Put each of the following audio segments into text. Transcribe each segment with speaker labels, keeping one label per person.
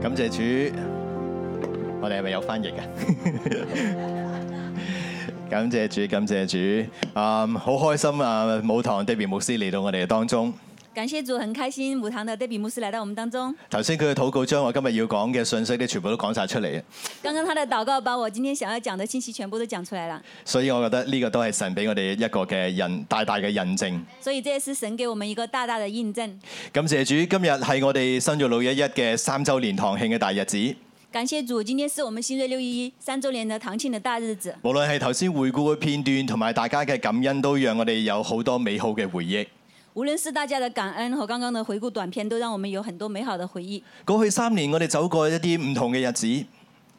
Speaker 1: 感謝主，我哋係咪有翻譯嘅？ 感謝主，感謝主，啊、好開心啊！舞堂 Debbie 牧師嚟到我哋嘅當中。
Speaker 2: 感谢主，很开心母堂的 Debbie 牧师来到我们当中。
Speaker 1: 頭先佢嘅禱告將我今日要講嘅信息咧，全部都講晒出嚟，啊
Speaker 2: 刚刚他的祷告把我今天想要讲的信息全部都讲出来了，
Speaker 1: 所以我覺得呢個都係神俾我哋一個嘅印大大嘅印證。
Speaker 2: 所以这也是神给我们一个大大的印证。
Speaker 1: 感謝主，今日係我哋新約六一一嘅三週年堂慶嘅大日子。
Speaker 2: 感谢主，今天是我们新锐六一一三周年的堂庆的大日子。
Speaker 1: 無論係頭先回顧嘅片段，同埋大家嘅感恩，都讓我哋有好多美好嘅回憶。
Speaker 2: 无论是大家的感恩和刚刚的回顾短片，都让我们有很多美好的回忆。
Speaker 1: 過去三年，我哋走過一啲唔同嘅日子，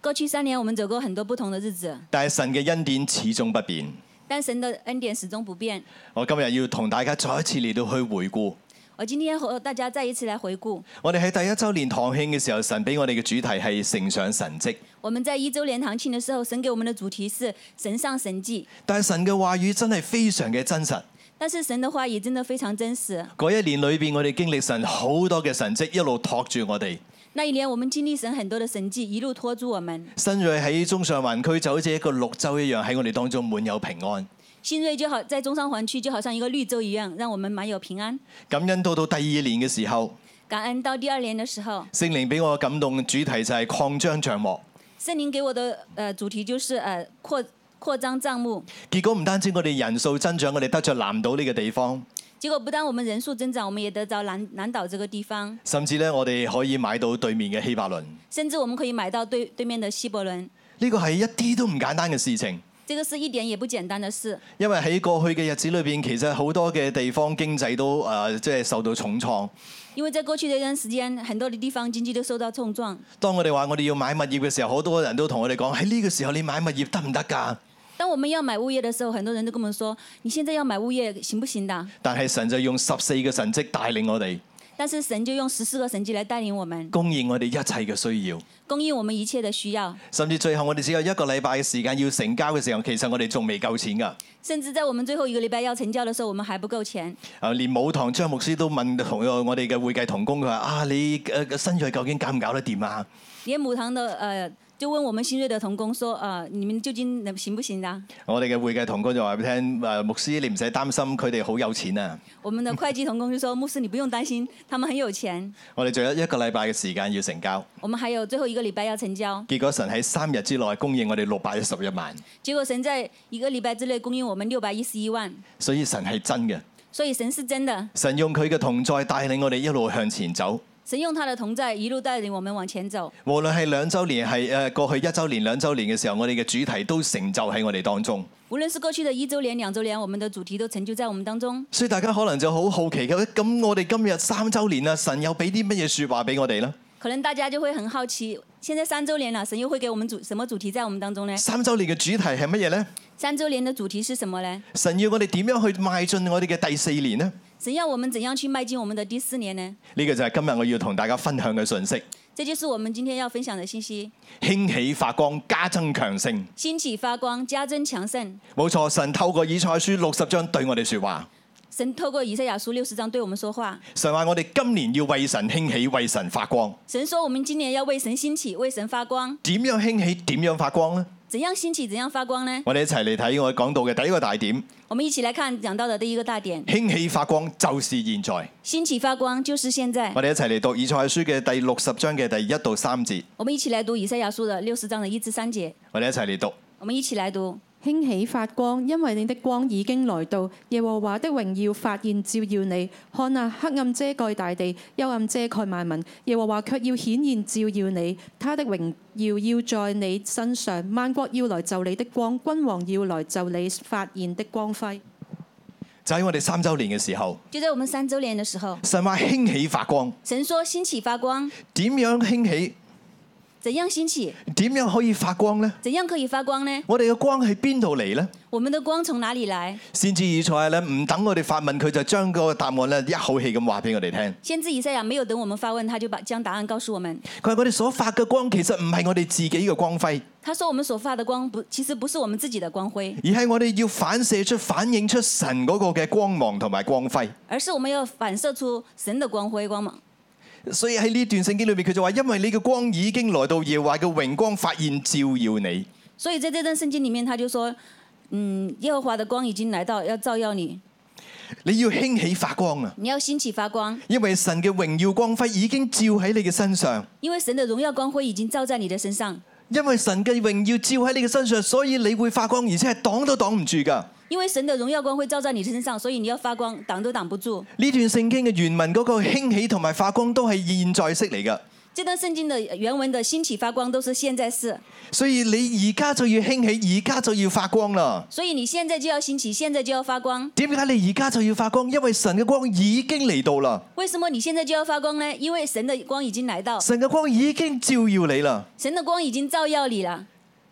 Speaker 2: 过去三年，我们走过很多不同的日子，
Speaker 1: 但係神嘅恩典始終不變。
Speaker 2: 但神的恩典始终不变。
Speaker 1: 我今日要同大家再一次嚟到去回顧。
Speaker 2: 我今天和大家再一次来回顾，
Speaker 1: 我哋喺第一週年堂慶嘅時候，神俾我哋嘅主題係成上神蹟。
Speaker 2: 我们在一周年堂庆的时候，神给我们的主题是神上神迹，
Speaker 1: 但係神嘅話語真係非常嘅真實。
Speaker 2: 但是神的话也真的非常真实。
Speaker 1: 嗰一年裏邊，我哋經歷神好多嘅神蹟，一路托住我哋。
Speaker 2: 那一年，我们经历神很多的神迹，一路拖住我们。
Speaker 1: 新锐喺中上環區就好似一個綠洲一樣，喺我哋當中滿有平安。
Speaker 2: 新锐就好在中山环区，就好像一个绿洲一样，让我们满有平安。
Speaker 1: 感恩到到第二年嘅時候，
Speaker 2: 感恩到第二年的时候，
Speaker 1: 聖靈俾我嘅感動，主題就係擴張帳幕。
Speaker 2: 圣灵给我的呃主题就是呃扩扩张账目。
Speaker 1: 結果唔單止我哋人數增長，我哋得着南島呢個地方，
Speaker 2: 结果不但我们人数增长，我们也得着南南岛这个地方，
Speaker 1: 甚至咧我哋可以買到對面嘅希伯倫。
Speaker 2: 甚至我们可以买到对对面的希伯伦。
Speaker 1: 呢個係一啲都唔簡單嘅事情，
Speaker 2: 这个是一点也不简单的事，
Speaker 1: 因為喺過去嘅日子裏邊，其實好多嘅地方經濟都誒、呃即係受到重創。
Speaker 2: 因为在过去的一段时间，很多的地方经济都受到重创。
Speaker 1: 當我哋話我哋要買物業嘅時候，好多人都同我哋講：喺呢個時候你買物業得唔得㗎？
Speaker 2: 当我们要买物业的时候，很多人都跟我们说：“你现在要买物业行不行的
Speaker 1: 但係神就用十四個神蹟帶領我哋，？”
Speaker 2: 但是神就用十四个神迹来带领我们，
Speaker 1: 供應我哋一切嘅需要。
Speaker 2: 供应我们一切的需要。
Speaker 1: 甚至最後我哋只有一個禮拜嘅時間要成交嘅時候，其實我哋仲未夠錢㗎。
Speaker 2: 甚至在我们最后一个礼拜要成交的时候，我们还不够钱。
Speaker 1: 啊，連舞堂張牧師都問同我哋嘅會計同工，佢話：啊，你誒新锐究竟搞唔搞得掂啊？
Speaker 2: 连母堂的呃，就问我们新锐的童工说：“呃，你们究竟能行不行啊的、
Speaker 1: 我哋嘅會計同工就話俾你聽：誒，牧師你唔使擔心，佢哋好有錢啊！
Speaker 2: 我们的会计童工就说：“牧师，你不用担心，他们很有钱。
Speaker 1: 我哋仲有一個禮拜嘅時間要成交。
Speaker 2: 我们还有最后一个礼拜要成交。
Speaker 1: 結果神喺三日之內供應我哋六百一十一萬，”
Speaker 2: 结果神在一个礼拜之内供应我们六百一十一万，
Speaker 1: 所以神係真嘅。
Speaker 2: 所以神是真的。
Speaker 1: 神用佢嘅同在帶領我哋一路向前走。
Speaker 2: 神用他的同在一路带领我们往前走。
Speaker 1: 無論係兩週年係誒過去一週年、兩週年嘅時候，我哋嘅主題都成就喺我哋當中。
Speaker 2: 无论是过去的一周年、两周年，我们的主题都成就在我们当中。
Speaker 1: 所以大家可能就好好奇嘅，咁我哋今日三週年啦，神又俾啲乜嘢説話俾我哋呢？
Speaker 2: 可能大家就会很好奇，现在三周年了，神又会给我们主什么主题在我们当中呢？
Speaker 1: 三週年嘅主題係乜嘢呢？
Speaker 2: 三周年的主题是什么呢？
Speaker 1: 神要我哋點樣去邁進我哋嘅第四年呢？
Speaker 2: 神要我们怎样去迈进我们的第四年呢？
Speaker 1: 呢、個就係今日我要同大家分享嘅信息。
Speaker 2: 这就是我们今天要分享的信息：
Speaker 1: 興起發光，加增強盛。
Speaker 2: 兴起发光，加增强盛。
Speaker 1: 冇錯，神透過以賽書六十章對我哋説話。
Speaker 2: 神透过以赛亚书六十章对我们说话。
Speaker 1: 神話我哋今年要為神興起，為神發光。
Speaker 2: 神说，我们今年要为神兴起，为神发光。
Speaker 1: 點樣興起？點樣發光呢？
Speaker 2: 怎样兴起？怎样发光呢？
Speaker 1: 我哋一齊嚟睇我講到嘅第一個大點：
Speaker 2: 我們一起来看讲到的第一个大点：
Speaker 1: 興起發光就是現在。
Speaker 2: 兴起发光就是现在。
Speaker 1: 我哋一齊嚟讀以賽書嘅第六十章嘅第一到三節。
Speaker 2: 我们一起来读以赛亚书的六十章的一至三节。
Speaker 1: 我哋一齊嚟讀。
Speaker 2: 我们一起来读。
Speaker 3: 興起發光，因為你的光已經來到，耶和華的榮耀發現照耀你。看啊，黑暗遮蓋大地，幽暗遮蓋萬民，耶和華卻要顯現照耀你，他的榮耀要在你身上，萬國要來就你的光，君王要來就你發現的光輝。
Speaker 1: 就喺我哋三週年嘅時候，
Speaker 2: 就在我们三周年的时候，
Speaker 1: 神話興起發光，
Speaker 2: 神说兴起发光，
Speaker 1: 點樣興起？
Speaker 2: 怎样兴起？
Speaker 1: 點樣可以發光呢？
Speaker 2: 怎样可以发光呢？
Speaker 1: 我哋嘅光喺邊度嚟呢？
Speaker 2: 我们的光从哪里来？
Speaker 1: 先知以賽咧，唔等我哋發問，佢就將個答案咧一口氣咁話俾我哋聽。
Speaker 2: 先知以赛亚没有等我们发问，他就把将答案告诉我们。
Speaker 1: 佢話：我哋所發嘅光其實唔係我哋自己嘅光輝，
Speaker 2: 他说我们所发的光不，其实不是我们自己的光辉，
Speaker 1: 而係我哋要反射出、反映出神嗰個嘅光芒同埋光輝。
Speaker 2: 而是我们要反射出神的光辉光芒。
Speaker 1: 所以喺呢段聖經裏面，佢就話：因為你嘅光已經來到，耶和華嘅榮光發現照耀你。
Speaker 2: 所以在这段圣经里面，他就说，嗯，耶和华的光已经来到，要照耀你，
Speaker 1: 你要興起發光啊！
Speaker 2: 你要兴起发光，
Speaker 1: 因為神嘅榮耀光輝已經照喺你嘅身上，
Speaker 2: 因为神的荣耀光辉已经照在你的身上。
Speaker 1: 因為神嘅榮耀照喺你嘅身上，所以你會發光，而且係擋都擋唔住㗎。
Speaker 2: 因为神的荣耀光辉照在你身上，所以你要发光，挡都挡不住。
Speaker 1: 呢段聖經嘅原文嗰個興起同埋發光都係現在式嚟㗎，
Speaker 2: 这段圣经的原文的兴起发光都是现在式，
Speaker 1: 所以你而家就要興起，而家就要發光啦。
Speaker 2: 所以你现在就要兴起，现在就要发光。
Speaker 1: 點解你而家就要發光？因為神嘅光已經嚟到啦，
Speaker 2: 为什么你现在就要发光呢？因为神的光已经来到，
Speaker 1: 神嘅光已經照耀你啦。
Speaker 2: 神的光已经照耀你了。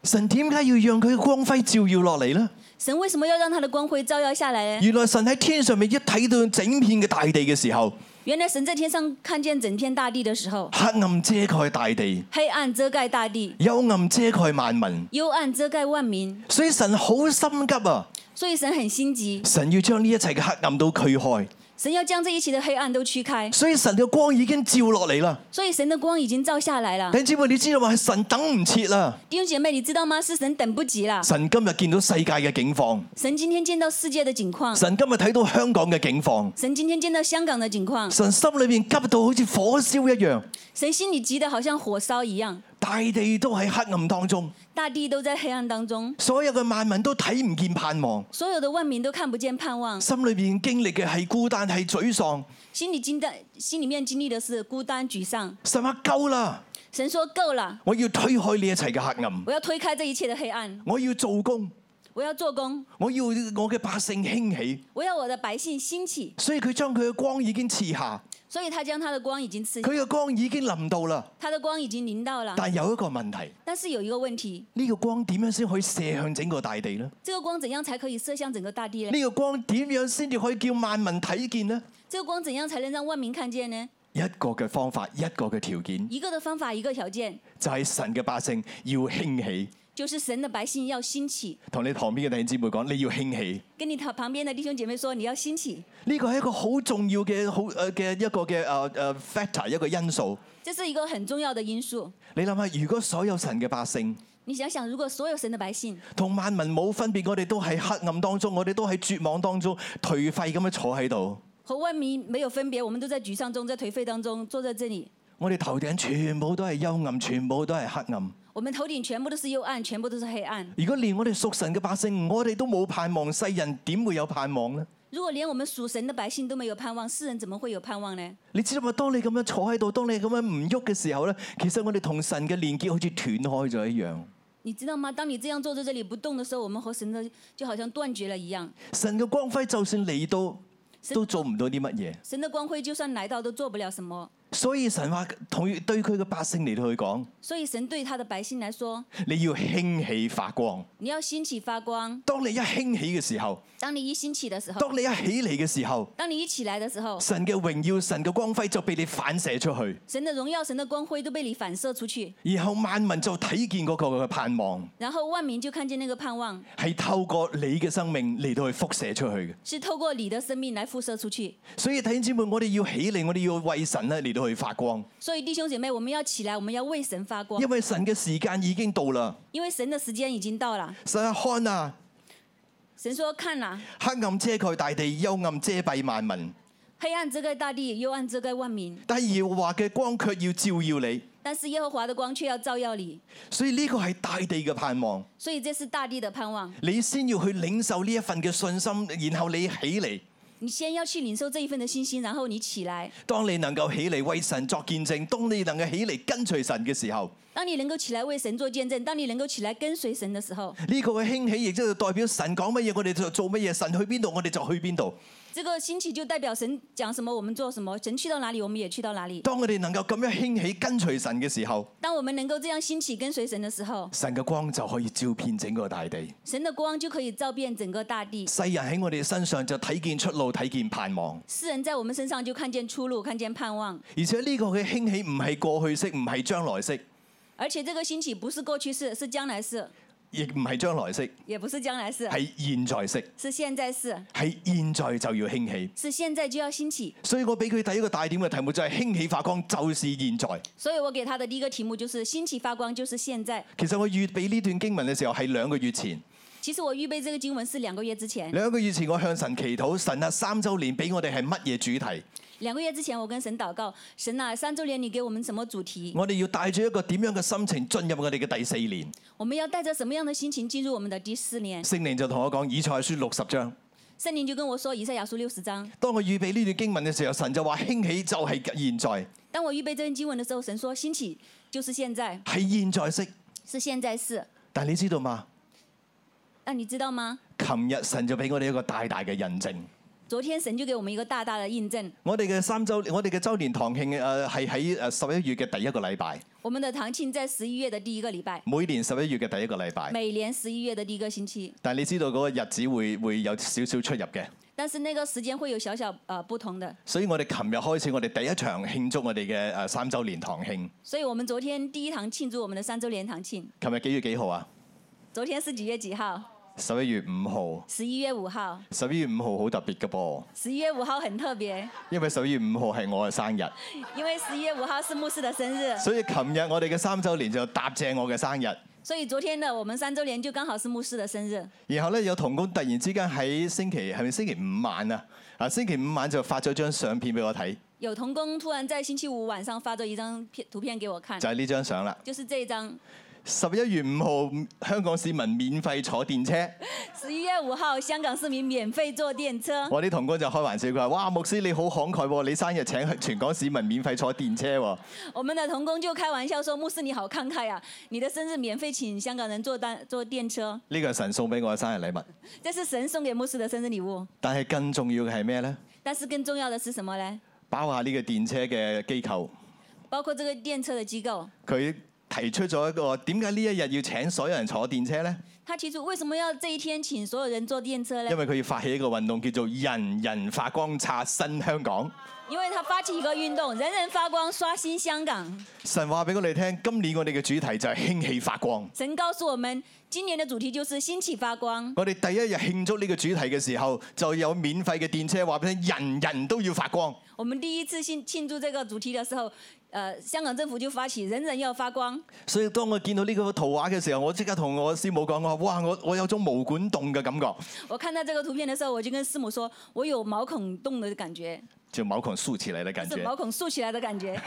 Speaker 1: 神點解要讓佢嘅光輝照耀落嚟呢？
Speaker 2: 神为什么要让他的光辉照耀下来呢？
Speaker 1: 原來神喺天上面一睇到整片嘅大地嘅時候，
Speaker 2: 原来神在天上看见整片大地的时候，
Speaker 1: 黑暗遮蓋大地，
Speaker 2: 黑暗遮盖大地，
Speaker 1: 幽暗遮蓋萬民，
Speaker 2: 幽暗遮盖万民，
Speaker 1: 所以神好心急啊！
Speaker 2: 所以神很心急，
Speaker 1: 神要將呢一切嘅黑暗都驅開，
Speaker 2: 神要将这一切的黑暗都驱开，
Speaker 1: 所以神嘅光已經照落嚟啦。
Speaker 2: 所以神的光已经照下来了
Speaker 1: 弟。兄姊妹，你知道話係神等唔切啦。
Speaker 2: 弟兄姐妹，你知道吗？是神等不及了。
Speaker 1: 神今日見到世界嘅境況，
Speaker 2: 神今天见到世界的景况，
Speaker 1: 神今日睇到香港嘅境況，
Speaker 2: 神今天见到香港的景况，
Speaker 1: 神心裏面急到好似火燒一樣，
Speaker 2: 神心里急得好像火烧一样，
Speaker 1: 大地都喺黑暗當中，
Speaker 2: 大地都在黑暗当中，
Speaker 1: 所有嘅萬民都睇唔見盼望。
Speaker 2: 所有的万民都看不见盼望，
Speaker 1: 心裏边經歷嘅係孤單，係沮喪。
Speaker 2: 心里经的，心里面经历的是孤单沮丧。
Speaker 1: 神話夠啦，
Speaker 2: 神说：够了，
Speaker 1: 我要推開呢一切嘅黑暗，
Speaker 2: 我要推开这一切的黑暗，
Speaker 1: 我要做工，
Speaker 2: 我要做工，
Speaker 1: 我要我嘅百姓興起。
Speaker 2: 我要我的百姓兴起。
Speaker 1: 所以佢將佢嘅光已經賜下，
Speaker 2: 所以他将他的光已经赐，
Speaker 1: 佢嘅光已經臨到啦。
Speaker 2: 他的光已经临到了。
Speaker 1: 但有一個問題，
Speaker 2: 但是有一个问题，
Speaker 1: 呢、個光點樣先可以射向整個大地呢？
Speaker 2: 这个光怎样才可以射向整个大地呢？
Speaker 1: 呢、個光點樣先至可以叫萬民睇見呢？
Speaker 2: 这个光怎样才能让万民看见呢？
Speaker 1: 一個嘅方法，一個嘅條件，
Speaker 2: 一个的方法，一个条件，
Speaker 1: 就係神嘅百姓要興起。
Speaker 2: 就是神的百姓要兴起。
Speaker 1: 同你旁邊嘅弟兄姊妹講，你要興起。
Speaker 2: 跟你旁旁边的弟兄姐妹说，你要兴起，
Speaker 1: 呢個係一個好重要嘅好誒嘅一個嘅誒誒 factor 一個因素。
Speaker 2: 这是一个很重要的因素。
Speaker 1: 你諗下，如果所有神嘅百姓
Speaker 2: 你想想，如果所有神的百姓
Speaker 1: 同萬民冇分別，我哋都喺黑暗當中，我哋都喺絕望當中，頹廢咁樣坐喺度，
Speaker 2: 和万民没有分别，我们都在沮丧中，在颓废当中坐在这里，
Speaker 1: 我哋頭頂全部都係幽暗，全部都係黑暗。
Speaker 2: 我们头顶全部都是幽暗，全部都是黑暗。
Speaker 1: 如果連我哋屬神嘅百姓，我哋都冇盼望，世人點會有盼望呢？
Speaker 2: 如果连我们属神的百姓都没有盼望，世人怎么会有盼望呢？
Speaker 1: 你知道嘛？當你咁樣坐喺度，當你咁樣唔喐嘅時候呢，其實我哋同神嘅連結好似斷開咗一樣。
Speaker 2: 你知道吗？当你这样坐在这里不动的时候，我们和神的就好像断绝了一样。
Speaker 1: 神嘅光輝就算嚟到，
Speaker 2: 神
Speaker 1: 都做唔到啲乜嘢。
Speaker 2: 神的光辉就算来到，都做不了什么。
Speaker 1: 所以神話同對佢嘅百姓嚟到去講，
Speaker 2: 所以神对他的百姓来说，
Speaker 1: 你要興起發光。
Speaker 2: 你要兴起发光。
Speaker 1: 當你一興起嘅時候，
Speaker 2: 当你一兴起的时候，
Speaker 1: 當你一起嚟嘅時候，
Speaker 2: 当你一起来的时候，
Speaker 1: 神嘅榮耀、神嘅光輝就被你反射出去，
Speaker 2: 神的荣耀、神的光辉都被你反射出去，
Speaker 1: 然後萬民就睇見嗰個嘅盼望，
Speaker 2: 然后万民就看见那个盼望，
Speaker 1: 係透過你嘅生命嚟到去輻射出去嘅。
Speaker 2: 是透过你的生命来辐射出去。
Speaker 1: 所以弟兄姊妹，我哋要起嚟，我哋要為神咧嚟到去發光，
Speaker 2: 所以弟兄姐妹，我们要起来，我们要为神发光
Speaker 1: 因，為神嘅時間已經到啦。
Speaker 2: 因为神的时间已经到了。
Speaker 1: 神啊，看啊，
Speaker 2: 神说：“看啦、
Speaker 1: 黑暗遮蓋大地，幽暗遮蔽萬民，
Speaker 2: 黑暗遮盖大地，幽暗遮盖万民，
Speaker 1: 但係耶和華嘅光卻要照耀你。
Speaker 2: 但是耶和华的光却要照耀你。
Speaker 1: 所以呢個係大地嘅盼望，
Speaker 2: 所以这是大地的盼望。
Speaker 1: 你先要去領受呢一份嘅信心，然後你起嚟。
Speaker 2: 你先要去领受这一份的信心，然后你起来。
Speaker 1: 當你能夠起嚟為神作見證，當你能夠起嚟跟隨神嘅時候，
Speaker 2: 当你能够起来为神做见证，当你能够起来跟随神的时候，
Speaker 1: 呢、個嘅興起亦即係代表神講乜嘢，我哋就做乜嘢；神去邊度，我哋就去邊度。
Speaker 2: 这个兴起就代表神讲什么，我们做什么；神去到哪里，我们也去到哪里。
Speaker 1: 當我哋能夠咁樣興起跟隨神嘅時候，
Speaker 2: 当我们能够这样兴起跟随神的时候，
Speaker 1: 神嘅光就可以照遍整個大地。
Speaker 2: 神的光就可以照遍整个大地。
Speaker 1: 世人喺我哋身上就睇見出路，睇見盼望。
Speaker 2: 世人在我们身上就看見出路，看見盼望。
Speaker 1: 而且呢個嘅興起唔係過去式，唔係將來式，
Speaker 2: 而且这个兴起不是过去式，是将来式，
Speaker 1: 亦唔係將來式，
Speaker 2: 也不是将来式，
Speaker 1: 係現在式，
Speaker 2: 是現在式，
Speaker 1: 係現在就要興起。
Speaker 2: 是現在就要興起。
Speaker 1: 所以我俾佢第一個大點嘅題目就係興起發光，就是現在。
Speaker 2: 所以我給他的第一個題目就是興起發光，就是現在。
Speaker 1: 其實我預備呢段經文嘅時候係兩個月前，
Speaker 2: 其實我預備這個經文是兩個月之前，
Speaker 1: 兩個月前我向神祈禱，神啊三週年俾我哋係乜嘢主題？
Speaker 2: 兩個月之前我跟神禱告，神啊，三周年你給我們什麼主題？
Speaker 1: 我哋要帶住一個點樣嘅心情進入我哋嘅第四年？
Speaker 2: 我們要帶着什麼樣的心情進入我們的第四年？
Speaker 1: 聖靈就同我講以賽亞書六十章。
Speaker 2: 聖靈就跟我說，以賽亞書六十章。
Speaker 1: 當我預備呢段經文嘅時候，神就話興起就係現在，
Speaker 2: 當我預備這篇經文的時候，神說興起就是現在，
Speaker 1: 係現在式。
Speaker 2: 是現在式。
Speaker 1: 但你知道嘛？
Speaker 2: 那你知道嗎？
Speaker 1: 琴日神就俾我哋一個大大嘅印證。
Speaker 2: 昨天神就給我們一個大大的印證。
Speaker 1: 我哋嘅三周，我哋嘅周年堂慶誒係喺誒呃十一月嘅第一個禮拜，
Speaker 2: 我們的堂慶在十一月的第一個禮拜，
Speaker 1: 每年十一月嘅第一個禮拜。
Speaker 2: 每年十一月的第一個星期，
Speaker 1: 但你知道嗰個日子會會有少少出入嘅，
Speaker 2: 但是那個時間會有小小呃不同的。
Speaker 1: 所以我哋琴日開始，我哋第一場慶祝我哋嘅誒三周年堂慶。
Speaker 2: 所以我們昨天第一堂慶祝我們的三周年堂慶，
Speaker 1: 琴日幾月幾號啊？
Speaker 2: 昨天是幾月幾號？
Speaker 1: 十一月五號。
Speaker 2: 十一月五號。
Speaker 1: 十一月五號好特別嘅噃，
Speaker 2: 十一月五號很特別，
Speaker 1: 因為十一月五號係我嘅生日，
Speaker 2: 因為十一月五號是牧師的生日，
Speaker 1: 所以琴日我哋嘅三周年就搭正我嘅生日。
Speaker 2: 所以昨天呢，我們三周年就剛好是牧師的生日。
Speaker 1: 然後咧，有童工突然之間喺星期係咪星期五晚啊？啊，星期五晚就發咗張相片俾我睇，
Speaker 2: 有童工突然在星期五晚上發咗一張片圖片給我看
Speaker 1: 就，係呢張相啦。
Speaker 2: 就是這一張。
Speaker 1: 十一月五號，香港市民免費坐電車，
Speaker 2: 十一月五號，香港市民免費坐電車。
Speaker 1: 我啲童工就開玩笑，佢話：哇，牧師你好慷慨喎，你生日請全港市民免費坐電車喎。
Speaker 2: 我們的童工就開玩笑說：“牧師你好慷慨啊，你的生日免費請香港人坐單坐電車，
Speaker 1: 呢個係神送俾我嘅生日禮物。
Speaker 2: 這是神送給牧師的生日禮物。
Speaker 1: 但係更重要嘅係咩呢？”
Speaker 2: 但是更重要的是什麼呢？
Speaker 1: 包下呢個電車嘅機構，
Speaker 2: 包括這個電車的機構，
Speaker 1: 佢提出咗一個點解呢一日要請所有人坐電車呢？
Speaker 2: 他提出為什麼要這一天請所有人坐電車
Speaker 1: 因
Speaker 2: 呢？
Speaker 1: 為佢要發起一個運動叫做人人發光刷新香港。
Speaker 2: 因為他發起一個運動，人人發光，刷新香港。
Speaker 1: 神話俾我哋聽，今年我哋嘅主題就係興起發光。
Speaker 2: 神告訴我們，今年的主題就是興起發光。
Speaker 1: 我哋第一日慶祝呢個主題嘅時候，就有免費嘅電車話俾你聽，人人都要發光。
Speaker 2: 我們第一次慶慶祝這個主題的時候，呃，香港政府就發起“人人要發光
Speaker 1: 所以當我見到呢個圖畫嘅時候，我即刻同我師母講：我話哇，我我有種毛管戙嘅感覺，”。
Speaker 2: 我看到這個圖片的時候，我就跟師母說：“我有毛孔動的感覺，
Speaker 1: 就毛狂豎起嚟嘅感
Speaker 2: 是
Speaker 1: 覺
Speaker 2: 毛。孔豎起來的感覺。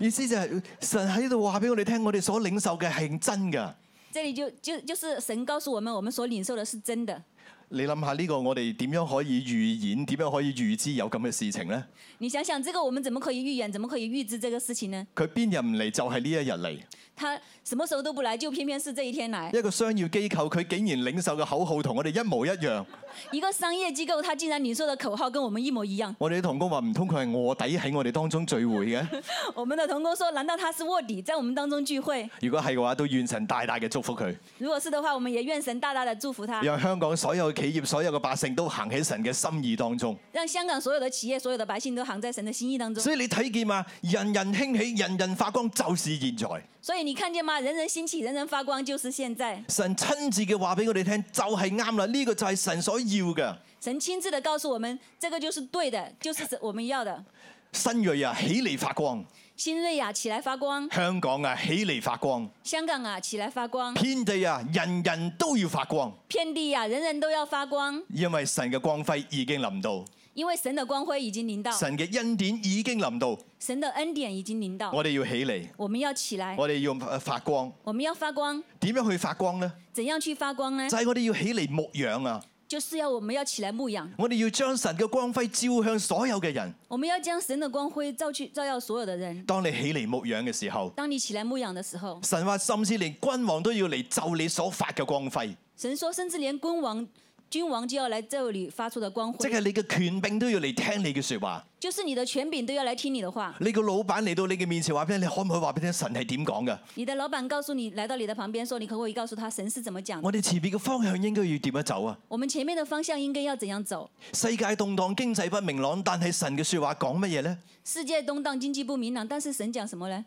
Speaker 1: 意思就係、神喺度話俾我哋聽，我哋所領受嘅係真㗎。”
Speaker 2: 這裡就就就是神告訴我們，我們所領受的是真的。
Speaker 1: 你諗下呢個我哋點樣可以預演，點樣可以預知有咁嘅事情呢？
Speaker 2: 你想想，這個我們怎麼可以預言，怎麼可以預知這個事情呢？
Speaker 1: 佢邊日唔嚟就係呢一日嚟。
Speaker 2: 他什麼時候都不來，就偏偏是這一天來。
Speaker 1: 一個商業機構佢竟然領受嘅口號同我哋一模一樣，
Speaker 2: 一個商業機構，他竟然領受的口號跟我們一模一樣。
Speaker 1: 我哋啲童工話唔通佢係卧底喺我哋當中聚會嘅？
Speaker 2: 我們的同工說：“難道他是臥底，在我們當中聚會？
Speaker 1: 如果係嘅話，都願神大大嘅祝福佢，
Speaker 2: 如果是的話，我們也願神大大的祝福他，
Speaker 1: 讓香港所有企業、所有嘅百姓都行喺神嘅心意當中。
Speaker 2: 讓香港所有的企業、所有的百姓都行在神的心意當中。
Speaker 1: 所以你睇見嘛，人人興起，人人發光，就是現在。
Speaker 2: 所以你看見嗎？人人興起，人人發光，就是現在。
Speaker 1: 神親自嘅話俾我哋聽，就係啱啦。呢、個就係神所要嘅。
Speaker 2: 神親自的告訴我們，這個就是對的，就是神我們要的。
Speaker 1: 新锐啊，起嚟發光！
Speaker 2: 新瑞亞起來發光，
Speaker 1: 香港啊，起嚟發光！
Speaker 2: 香港啊起來發光，
Speaker 1: 遍地啊，人人都要發光，
Speaker 2: 遍地呀、人人都要發光，
Speaker 1: 因為神嘅光輝已經臨到。
Speaker 2: 因為神的光輝已經臨到，
Speaker 1: 神嘅恩典已經臨到，
Speaker 2: 神的恩典已經臨到。
Speaker 1: 我哋要起嚟，
Speaker 2: 我們要起來，
Speaker 1: 我哋要發光。
Speaker 2: 我們要發光，
Speaker 1: 點樣去發光呢？
Speaker 2: 怎樣去發光呢
Speaker 1: 就？係、我哋要起嚟牧養啊！
Speaker 2: 就是要我們要起來牧養，
Speaker 1: 我哋要將神嘅光輝照向所有嘅人。
Speaker 2: 我們要將神的光輝照去照耀所有的人。
Speaker 1: 當你起嚟牧養嘅時候，
Speaker 2: 當你起來牧養的時候，
Speaker 1: 神話甚至連君王都要嚟就你所發嘅光輝，
Speaker 2: 神說，甚至連君王、君王就要來這裡發出的光
Speaker 1: 即
Speaker 2: 輝，
Speaker 1: 係你嘅權柄都要嚟聽你嘅說話。
Speaker 2: 就是你的權柄都要來聽你的話。
Speaker 1: 你個老闆嚟到你嘅面前話俾你，你可唔可以話俾你聽神係點講嘅？
Speaker 2: 你的老闆告訴你，來到你的旁邊說，你可不可以告訴他神是怎麼講的？
Speaker 1: 我哋前面嘅方向應該要點樣走啊？
Speaker 2: 我們前面的方向應該要怎樣走？
Speaker 1: 世界動盪，經濟不明朗，但係神嘅說話講乜嘢呢？
Speaker 2: 世界動盪，經濟不明朗，但是神講什麼呢？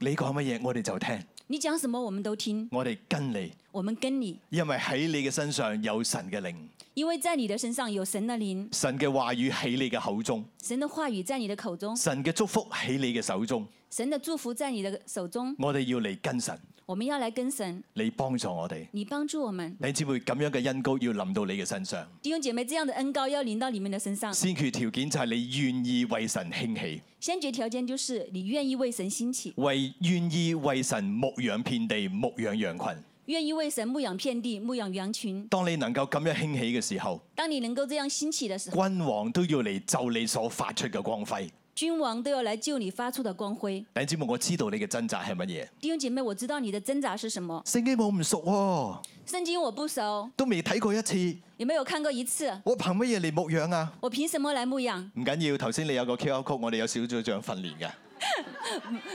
Speaker 1: 你講乜嘢，我哋就聽。
Speaker 2: 你讲什么我们都听，
Speaker 1: 我哋跟你，
Speaker 2: 我们跟你，
Speaker 1: 因為喺你嘅身上有神嘅靈，
Speaker 2: 因為在你的身上有神的靈，
Speaker 1: 神嘅話語喺你嘅口中，
Speaker 2: 神的話語在你的口中，
Speaker 1: 神嘅祝福喺你嘅手中。
Speaker 2: 神的祝福在你的手中。
Speaker 1: 我哋要嚟跟神，
Speaker 2: 我們要來跟神，
Speaker 1: 你幫助我哋。
Speaker 2: 你幫助我們，
Speaker 1: 你姊妹咁樣嘅恩膏要臨到你嘅身上，
Speaker 2: 弟兄姐妹，這樣的恩膏要臨到你們的身上。
Speaker 1: 先決條件就係你願意為神興起，
Speaker 2: 先決條件就是你願意為神興起，
Speaker 1: 為願意為神牧養遍地、牧養羊群。
Speaker 2: 願意為神牧養遍地、牧養羊群。
Speaker 1: 當你能夠咁樣興起嘅時候，
Speaker 2: 當你能夠這樣興起的時候，
Speaker 1: 君王都要嚟就你所發出嘅光輝。
Speaker 2: 君王都要來救你發出的光輝。
Speaker 1: 弟兄姊妹，我知道你嘅掙扎係乜嘢。
Speaker 2: 弟兄姐妹，我知道你的掙扎是什麼。
Speaker 1: 聖經我唔熟喎、
Speaker 2: 聖經我不熟，
Speaker 1: 都未睇過一次，
Speaker 2: 也沒有看過一次，
Speaker 1: 我憑乜嘢嚟牧養啊？
Speaker 2: 我憑什麼來牧養？
Speaker 1: 唔緊要，頭先你有個 QR code，我哋有小組長訓練嘅。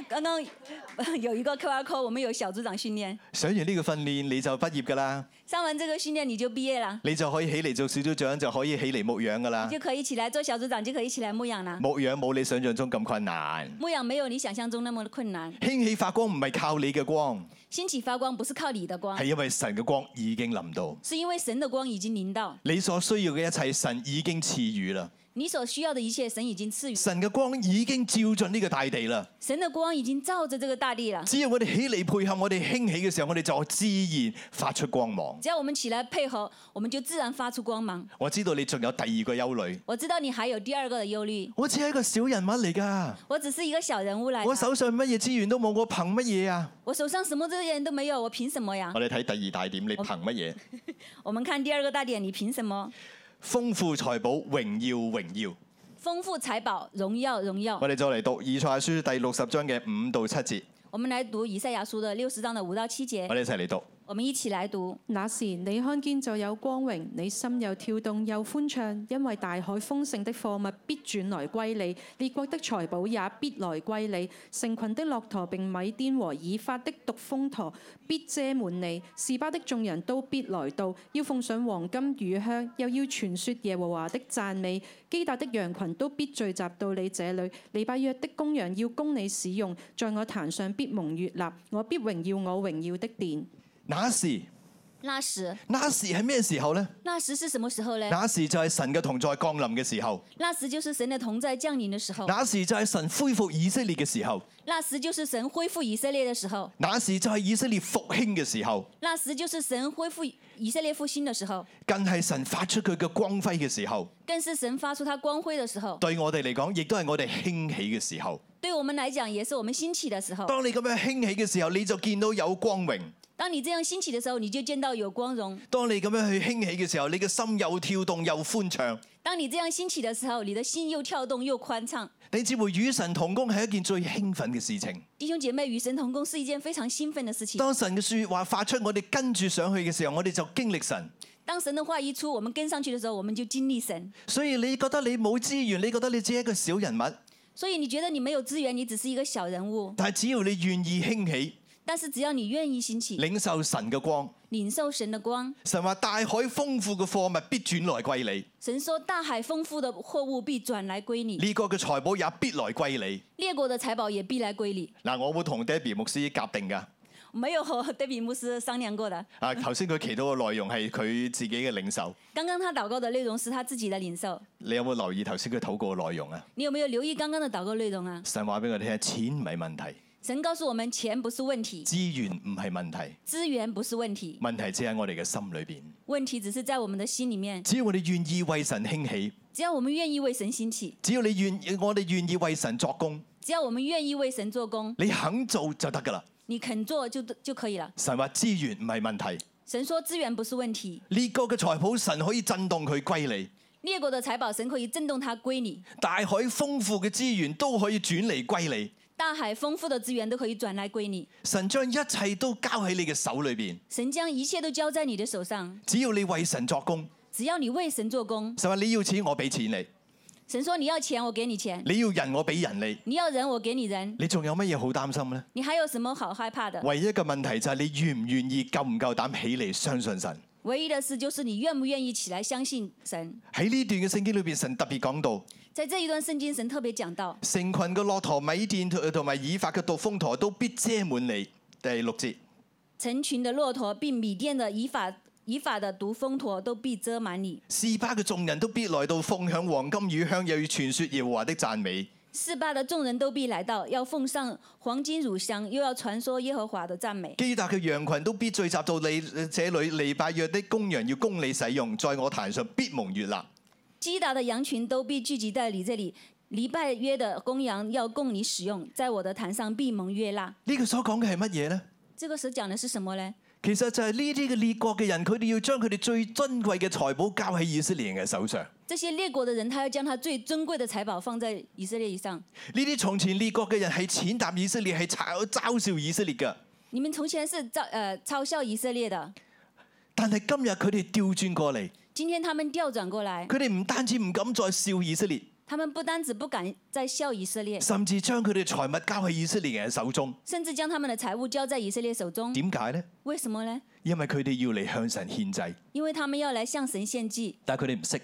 Speaker 2: 剛剛 有一個 QR code，我們有小組長訓練，
Speaker 1: 上完呢個訓練，你就畢業㗎啦，
Speaker 2: 上完這個訓練你就畢業了，
Speaker 1: 你就可以起嚟做小組長，就可以起嚟牧養㗎啦
Speaker 2: 你。就可以起來做小組長，就可以起來牧養了。
Speaker 1: 牧養冇你想象中咁困難。
Speaker 2: 牧養沒有你想象中那麼困難，
Speaker 1: 興起發光唔係靠你嘅光，
Speaker 2: 興起發光不是靠你的光
Speaker 1: 係，因為神嘅光已經臨到，
Speaker 2: 是因為神的光已經臨到
Speaker 1: 你所需要嘅一切，神已經賜予啦。
Speaker 2: 你所需要的一切，神已經賜予，
Speaker 1: 神嘅光已經照進呢個大地啦。
Speaker 2: 神的光已經照着這個大地了。
Speaker 1: 只要我哋起嚟配合我哋興起嘅時候，我哋就自然發出光芒。
Speaker 2: 只要我們起來配合，我們就自然發出光芒。
Speaker 1: 我知道你仲有第二個憂慮，
Speaker 2: 我知道你還有第二個的憂慮，
Speaker 1: 我只係一個小人物嚟㗎，
Speaker 2: 我只是一個小人物來的，
Speaker 1: 我手上乜嘢資源都冇，我憑乜嘢啊？
Speaker 2: 我手上什麼資源都沒有，我憑什麼呀？
Speaker 1: 我哋睇第二大點，你憑乜嘢？
Speaker 2: 我們看第二個大點，你憑什麼？
Speaker 1: 豐富財寶，榮耀榮耀。
Speaker 2: 豐富財寶，榮耀榮耀。
Speaker 1: 我哋再嚟讀以賽亞書第六十章嘅五到七節，
Speaker 2: 我們來讀以賽亞書的六十章的五到七節
Speaker 1: 我，哋一齊嚟讀。
Speaker 2: 我們一起來讀。
Speaker 3: 那時你看見就有光榮，你心又跳動又歡暢，因為大海豐盛的貨物必轉來歸你，列國的財寶也必來歸你，成群的駱駝並米甸和以法的獨峰駝必遮滿你，示巴的眾人都必來到，要奉上黃金乳香，又要傳說耶和華的讚美。基達的羊群都必聚集到你這裏，利拜約的公羊要供你使用，在我壇上必蒙悅納，我必榮耀我榮耀的殿。
Speaker 1: 那時，
Speaker 2: 那時，
Speaker 1: 那時係咩時候呢？
Speaker 2: 那時是什麼時候呢？
Speaker 1: 那時就係神嘅同在降臨嘅時候，
Speaker 2: 那時就是神的同在降臨的時候，
Speaker 1: 那時就係神恢復以色列嘅時候，
Speaker 2: 那時就是神恢復以色列的時候，
Speaker 1: 那時就係以色列復興嘅時候，
Speaker 2: 那時就是神恢復以色列復興的時候，
Speaker 1: 更係神發出佢嘅光輝嘅時候。
Speaker 2: 更是神發出他光輝的時候。
Speaker 1: 對我哋嚟講，亦都係我哋興起嘅時候。
Speaker 2: 對我們來講，也是我們興起的時候。
Speaker 1: 當你咁樣興起嘅時候，你就見到有光榮。
Speaker 2: 當你這樣興起的時候，你就見到有光榮；
Speaker 1: 當你咁樣去興起嘅時候，你嘅心又跳動又歡暢。
Speaker 2: 當你這樣興起的時候，你的心又跳動又寬暢。
Speaker 1: 你只會與神同工係一件最興奮嘅事情。
Speaker 2: 弟兄姐妹與神同工是一件非常興奮的事情。
Speaker 1: 當神嘅説話發出，我哋跟住上去嘅時候，我哋就經歷神。
Speaker 2: 當神的話一出，我們跟上去的時候，我們就經歷神。
Speaker 1: 所以你覺得你冇資源，你覺得你只係一個小人物，
Speaker 2: 所以你覺得你沒有資源，你只是一個小人物。
Speaker 1: 但係只要你願意興起，
Speaker 2: 但是只要你願意興起，
Speaker 1: 領受神嘅光，
Speaker 2: 領受神的光，
Speaker 1: 神話大海豐富嘅貨物必轉來歸
Speaker 2: 神說大海豐富的貨物必轉來歸
Speaker 1: 你，
Speaker 2: 你，
Speaker 1: 呢個嘅財寶也必來歸你。
Speaker 2: 列國的財寶也必來歸你。
Speaker 1: 嗱，我會同 Debbie 牧師夾定㗎。
Speaker 2: 沒有和 d a 牧師商量過的。
Speaker 1: 啊，頭先佢祈禱嘅內容係佢自己嘅領受。
Speaker 2: 剛剛他禱告的內容是他自己的領受。
Speaker 1: 你有冇留意頭先佢禱告嘅內容啊？
Speaker 2: 你有沒有留意剛剛的禱告內容啊？
Speaker 1: 神話俾我哋聽，錢唔係問題，
Speaker 2: 神告訴我們，錢不是問題，
Speaker 1: 資源唔係問題，
Speaker 2: 資源不是問題，
Speaker 1: 問題只喺我哋嘅心裏邊。
Speaker 2: 問題只是在我們的心裡面。
Speaker 1: 只要我哋願意為神興起，
Speaker 2: 只要我們願意為神興起，
Speaker 1: 只要你願，我哋願意為神作工，
Speaker 2: 只要我們願意為神做工，
Speaker 1: 你肯做就得㗎啦。
Speaker 2: 你肯做就就可以了。
Speaker 1: 神話資源唔係問題，
Speaker 2: 神說資源不是問題，
Speaker 1: 列國嘅財寶神可以震動佢歸你，
Speaker 2: 列國的財寶神可以震動它歸你，
Speaker 1: 大海豐富嘅資源都可以轉嚟歸你。
Speaker 2: 大海豐富的資源都可以轉來歸你。
Speaker 1: 神將一切都交喺你嘅手裏邊，
Speaker 2: 神將一切都交在你的手上，
Speaker 1: 只要你為神作工，
Speaker 2: 只要你為神做工。
Speaker 1: 神話你要錢我俾錢你。
Speaker 2: 神說你要錢，我給你錢；
Speaker 1: 你要人我俾人你，
Speaker 2: 你要人，我給你人。
Speaker 1: 你仲有乜嘢好擔心呢？
Speaker 2: 你還有什麼好害怕的？
Speaker 1: 唯一嘅問題就係你願唔願意、夠唔夠膽起嚟相信神。
Speaker 2: 唯一的事就是你願不願意起來相信神。
Speaker 1: 喺呢段嘅聖經裏邊，神特別講到，
Speaker 2: 在這一段聖經，神特別講到，
Speaker 1: 成群嘅駱駝、米甸同埋以法嘅獨峰駝都必遮滿你，第六節，
Speaker 2: 成群的骆驼，并米甸的以法以法的毒蜂驼，都必遮满你。
Speaker 1: 示巴嘅眾人都必來到，奉享黃金乳香，又要傳說耶和華的讚美。
Speaker 2: 示巴的众人都必来到，要奉上黄金乳香，又要传说耶和华的赞美。
Speaker 1: 基達嘅羊群都必聚集到你呃這裏，利拜約的公羊要供你使用，在我壇上必蒙悦納。
Speaker 2: 基达的羊群都必聚集在你这里，黎拜约的公羊要供你使用，在我的坛上必蒙悦纳。
Speaker 1: 呢個所講嘅係乜嘢呢？
Speaker 2: 这个所讲的是什么呢？
Speaker 1: 其實就係呢啲嘅列國嘅人，佢哋要將佢哋最珍貴嘅財寶交喺以色列人嘅手上。呢
Speaker 2: 这些列国的人，他要将他最珍贵的财宝放在以色列以上。
Speaker 1: 啲從前列國嘅人係踐踏以色列，係嘲嘲笑以色列嘅。
Speaker 2: 你们从前是嘲呃嘲笑以色列的，
Speaker 1: 但係今日佢哋調轉過嚟，
Speaker 2: 今天他们调转过来，
Speaker 1: 佢哋唔單止唔敢再笑以色列，
Speaker 2: 他们不单只不敢再笑以色列，
Speaker 1: 甚至將佢哋財物交喺以色列人嘅手中。
Speaker 2: 甚至将他们的财物交在以色列手中。
Speaker 1: 點解呢？
Speaker 2: 为什么呢？
Speaker 1: 因為佢哋要嚟向神獻祭，
Speaker 2: 因为他们要来向神献祭，
Speaker 1: 但係佢哋唔識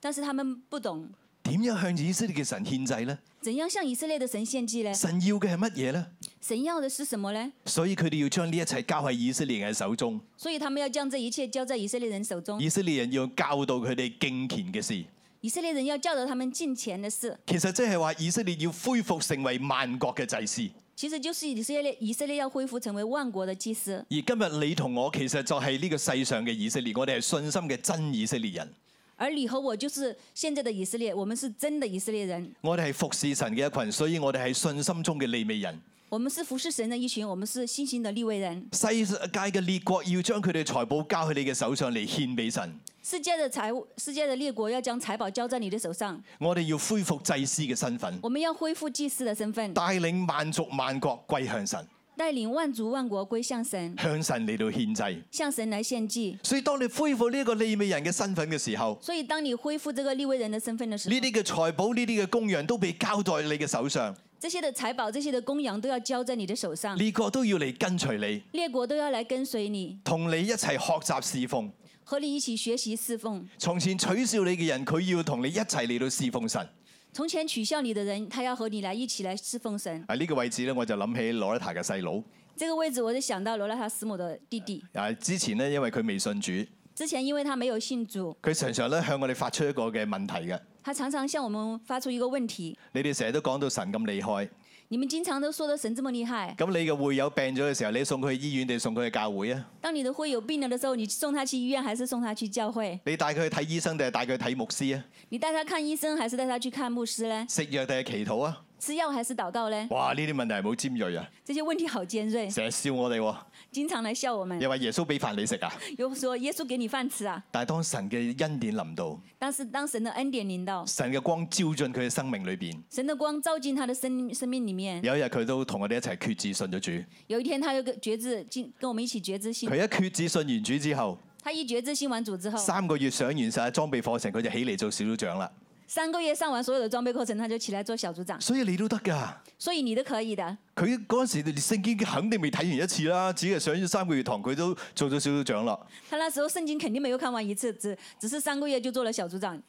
Speaker 2: 但是他们不懂
Speaker 1: 點樣向以色列嘅神獻祭呢？
Speaker 2: 怎样向以色列的神献祭呢？
Speaker 1: 神要嘅係乜嘢呢？
Speaker 2: 神要的是什么呢？
Speaker 1: 所以佢哋要將呢一切交喺以色列人嘅手中。
Speaker 2: 所以他们要将这一切交在以色列人手中。
Speaker 1: 以色列人要教導佢哋敬虔嘅事。
Speaker 2: 以色列人要教导他们敬虔的事，
Speaker 1: 其實即係話以色列要恢復成為萬國嘅祭司，
Speaker 2: 其实就是以色列以色列要恢复成为万国的祭司。
Speaker 1: 而今日你同我其實就係呢個世上嘅以色列，我哋係信心嘅真以色列人，
Speaker 2: 而你和我就是现在的以色列，我们是真的以色列人，
Speaker 1: 我哋係服侍神嘅一群，所以我哋係信心中嘅利未人。
Speaker 2: 我们是服侍神的一群，我们是新型的立位人。
Speaker 1: 世界嘅列國要將佢哋財寶交喺你嘅手上嚟獻俾神，
Speaker 2: 世界的财物，世界的列国要将财宝交在你的手上，
Speaker 1: 我哋要恢復祭司嘅身份，
Speaker 2: 我们要恢复祭司的身份，
Speaker 1: 帶領萬族萬國歸向神，
Speaker 2: 带领万族万国归向神，
Speaker 1: 向神嚟到獻祭。
Speaker 2: 向神来献祭。
Speaker 1: 所以當你恢復呢一個利未人嘅身份嘅時候，
Speaker 2: 所以，当你恢复这个立位人的身份的时候
Speaker 1: 呢，啲嘅財寶、呢啲嘅公羊都被交在你嘅手上，
Speaker 2: 这些的财宝、这些的公羊都要交在你的手上，
Speaker 1: 列國都要嚟跟隨你。
Speaker 2: 列国都要来跟随你，
Speaker 1: 同你一齊學習侍奉。
Speaker 2: 和你一起学习侍奉。
Speaker 1: 從前取笑你嘅人，佢要同你一齊嚟到侍奉神。
Speaker 2: 从前取笑你的人，他要和你来一起来侍奉神。
Speaker 1: 啊，呢、個位置咧，我就諗起羅拉塔嘅細佬。
Speaker 2: 这个位置，我就想到罗拉塔斯姆的弟弟。
Speaker 1: 啊，之前咧，因為佢未信主，
Speaker 2: 之前因为他没有信主，
Speaker 1: 佢常常咧向我哋發出一個嘅問題嘅。
Speaker 2: 他常常向我们发出一个问题：
Speaker 1: 你哋成日都講到神咁厲害，
Speaker 2: 你們經常都說的神這麼厲害，
Speaker 1: 咁你嘅會友病咗嘅時候，你送佢去醫院定送佢去教會啊？
Speaker 2: 當你的會有病了的時候，你送他去醫院還是送他去教會？
Speaker 1: 你帶佢去睇醫生定係帶佢去睇牧師啊？
Speaker 2: 你帶他看醫生還是帶他去看牧師呢？
Speaker 1: 食藥定係祈禱啊？
Speaker 2: 吃藥還是禱告呢？
Speaker 1: 哇！呢啲問題係冇尖鋭啊，
Speaker 2: 這些問題好尖銳，
Speaker 1: 成日笑我哋喎，
Speaker 2: 經常來笑我們，
Speaker 1: 又話耶穌俾飯你食啊！
Speaker 2: 又說耶穌給你飯吃啊。
Speaker 1: 但係當神嘅恩典臨到，
Speaker 2: 但是當神的恩典臨到，
Speaker 1: 神嘅光照進佢嘅生命裏邊。
Speaker 2: 神的光照進他的生生命裡面。
Speaker 1: 有一日佢都同我哋一齊決志信咗主。
Speaker 2: 有一天，他又跟決志進，跟我們一起決志信。
Speaker 1: 佢一決志信完主之後，
Speaker 2: 他一決志信完主之後，
Speaker 1: 三個月上完晒裝備課程，佢就起嚟做小組長啦。
Speaker 2: 三個月上完所有的裝備課程，他就起來做小組長。
Speaker 1: 所以你都得㗎。
Speaker 2: 所以你都可以的。
Speaker 1: 佢嗰陣時聖經肯定未睇完一次啦，只係上咗三個月堂，佢都做咗小組長啦。
Speaker 2: 他那時候聖經肯定沒有看完一次，只只是三個月就做了小組長。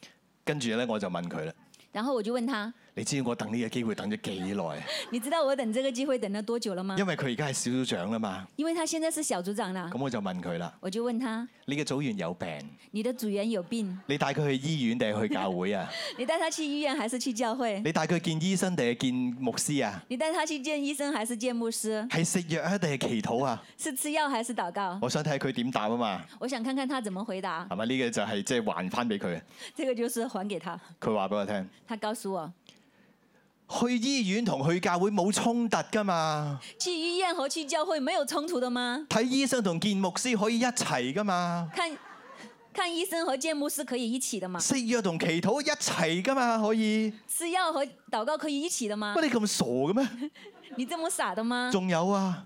Speaker 1: 跟住咧，我就問佢啦：
Speaker 2: 然后我就问他
Speaker 1: 你知我等呢個機會等咗幾耐？：“
Speaker 2: 你知道我等这个机会等了多久了吗
Speaker 1: 因為佢而家係小組長啦嘛。？”
Speaker 2: 因为他现在是小组长啦，
Speaker 1: 咁我就問佢啦：
Speaker 2: 我就问他
Speaker 1: 你嘅組員有病，：“
Speaker 2: 你的组员有病，
Speaker 1: 你帶佢去醫院定係去教會啊？
Speaker 2: 你帶他去醫院还是去教會？
Speaker 1: 你帶佢見醫生定係見牧師啊？
Speaker 2: 你帶他去見醫生还是見牧師？
Speaker 1: 係食藥啊定係祈禱啊？
Speaker 2: 是吃藥还是祷告？”
Speaker 1: 我想睇下佢點答啊嘛。
Speaker 2: 我想看看他怎么回答。
Speaker 1: 係咪呢個就係即係還翻俾佢？
Speaker 2: 这个就是还给他。
Speaker 1: 佢話俾我聽，
Speaker 2: 他告訴我，
Speaker 1: 去醫院同去教會冇衝突噶嘛，
Speaker 2: 去醫院和去教會没有冲突的吗？
Speaker 1: 睇醫生同見牧師可以一齊噶嘛，
Speaker 2: 看，看醫生和見牧師可以一起的吗？
Speaker 1: 食藥同祈禱一齊噶嘛，可以。
Speaker 2: 吃藥和祷告可以一起的吗
Speaker 1: 乜？你咁傻嘅咩？
Speaker 2: 你这么傻的吗？
Speaker 1: 仲有啊，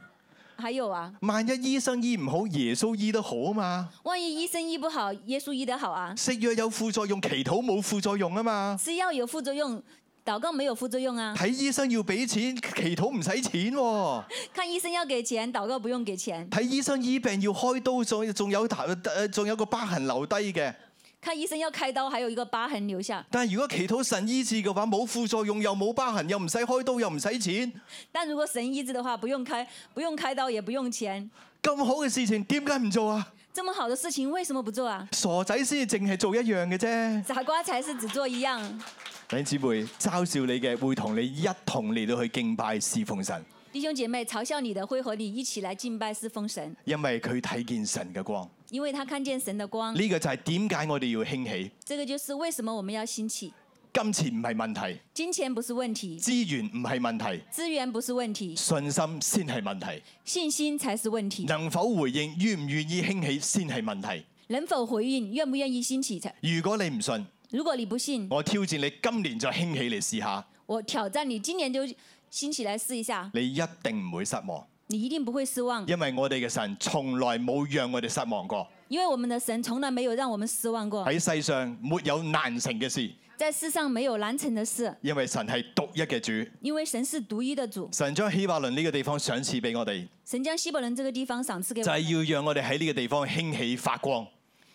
Speaker 2: 还有啊，
Speaker 1: 萬一醫生醫唔好，耶穌醫得好啊嘛。
Speaker 2: 萬一醫生醫不好，耶穌醫得好啊？
Speaker 1: 食藥有副作用，祈禱冇副作用啊嘛。
Speaker 2: 吃藥有副作用，祷告没有副作用啊。
Speaker 1: 睇醫生要俾錢，祈禱唔使錢喎、
Speaker 2: 看醫生要給錢，祷告不用給錢。
Speaker 1: 睇醫生醫病要開刀，仲仲有頭呃仲有個疤痕留低嘅。
Speaker 2: 看医生要开刀，还有一个疤痕留下。
Speaker 1: 但係如果祈禱神醫治嘅話，冇副作用，又冇疤痕，又唔使開刀，又唔使錢，
Speaker 2: 但如果神医治的话，不用开不用开刀，也不用钱，
Speaker 1: 咁好嘅事情點解唔做啊？
Speaker 2: 这么好的事情为什么不做啊？
Speaker 1: 傻仔先至淨係做一樣嘅啫。
Speaker 2: 傻瓜才是只做一样。
Speaker 1: 弟兄姊妹，嘲笑你嘅會同你一同嚟到去敬拜侍奉神，
Speaker 2: 弟兄姐妹，嘲笑你的会和你一起来敬拜侍奉神，
Speaker 1: 因為佢睇見神嘅光。
Speaker 2: 因为他看见神的光。
Speaker 1: 呢、個就係點解我哋要興起。
Speaker 2: 这个就是为什么我们要兴起。
Speaker 1: 金錢唔係問題，
Speaker 2: 金钱不是问题，
Speaker 1: 資源唔係問題，
Speaker 2: 资源不是问题，
Speaker 1: 信心先係問題。
Speaker 2: 信心才是问题。
Speaker 1: 能否回應、願唔願意興起先係問題。
Speaker 2: 能否回应，愿不愿意兴起才。
Speaker 1: 如果你唔信，
Speaker 2: 如果你不信，
Speaker 1: 我挑戰你今年就興起嚟試下，
Speaker 2: 我挑战你，今年就兴起来试一下，
Speaker 1: 你一定唔會失望，
Speaker 2: 你一定不会失望，
Speaker 1: 因為我哋嘅神從來冇讓我哋失望過。
Speaker 2: 因为我们的神从来没有让我们失望过，
Speaker 1: 喺世上沒有難成嘅事，
Speaker 2: 在世上没有难成的事，
Speaker 1: 因為神係獨一嘅主。
Speaker 2: 因为神是独一的主。
Speaker 1: 神將希伯倫呢個地方賞賜俾我哋，
Speaker 2: 神将希伯伦这个地方赏赐给
Speaker 1: 就
Speaker 2: 我们，
Speaker 1: 係要讓我哋喺呢個地方興起發光，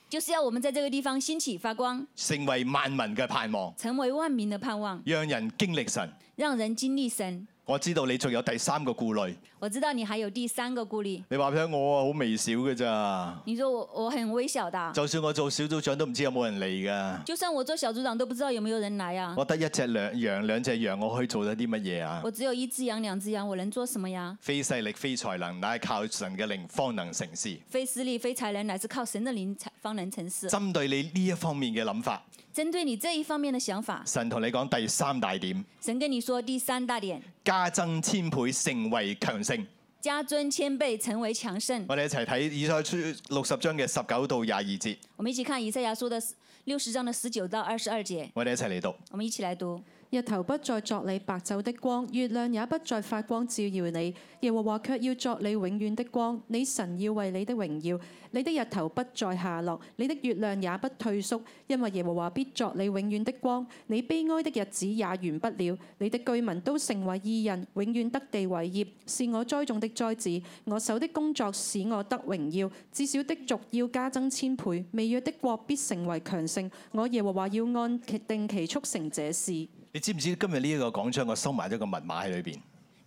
Speaker 2: 就是要我们在这个地方兴起发光，
Speaker 1: 成為萬民嘅盼望，
Speaker 2: 成为万民的盼望，
Speaker 1: 讓人經歷神。
Speaker 2: 让人经历神。
Speaker 1: 我知道你仲有第三個顧慮，
Speaker 2: 我知道你还有第三个顾虑，
Speaker 1: 你話俾我聽我啊好微小嘅咋，
Speaker 2: 你说我我很微小的啊、
Speaker 1: 就算我做小組長都唔知有冇人嚟噶。
Speaker 2: 就算我做小组长都不知道有没有人来啊。
Speaker 1: 我得一隻兩羊，兩隻羊，我可以做得啲乜嘢啊？
Speaker 2: 我只有一只羊，两只羊，我能做什么呀？
Speaker 1: 非勢力、非才能，乃係靠神嘅靈方能成事。
Speaker 2: 非私力，非才能，乃是靠神的灵才方能成事。
Speaker 1: 針對你呢一方面嘅諗法，
Speaker 2: 针对你这一方面的想法，
Speaker 1: 神同你講第三大點：
Speaker 2: 神跟你说第三大点：
Speaker 1: 加增千倍，成為強盛。
Speaker 2: 加尊谦卑，成为强盛。
Speaker 1: 我哋一齊睇以賽書六十章嘅十九到廿二節，
Speaker 2: 我们一起看以赛亚书的六十章的十九到二十二节，
Speaker 1: 我哋一齊嚟讀。
Speaker 2: 我们一起来读。
Speaker 3: 日頭不再作你白晝的光，月亮也不再發光照耀你。耶和華卻要作你永遠的光，你神要為你的榮耀。你的日頭不再下落，你的月亮也不退縮，因為耶和華必作你永遠的光。你悲哀的日子也完不了，你的居民都成為義人，永遠得地為業。是我栽種的栽子，我手的工作使我得榮耀。至少的族要加增千倍，未約的國必成為強盛。我耶和華要按其定期促成這事。
Speaker 1: 你知唔知今日呢一個講章，我收埋咗個密碼喺裏邊，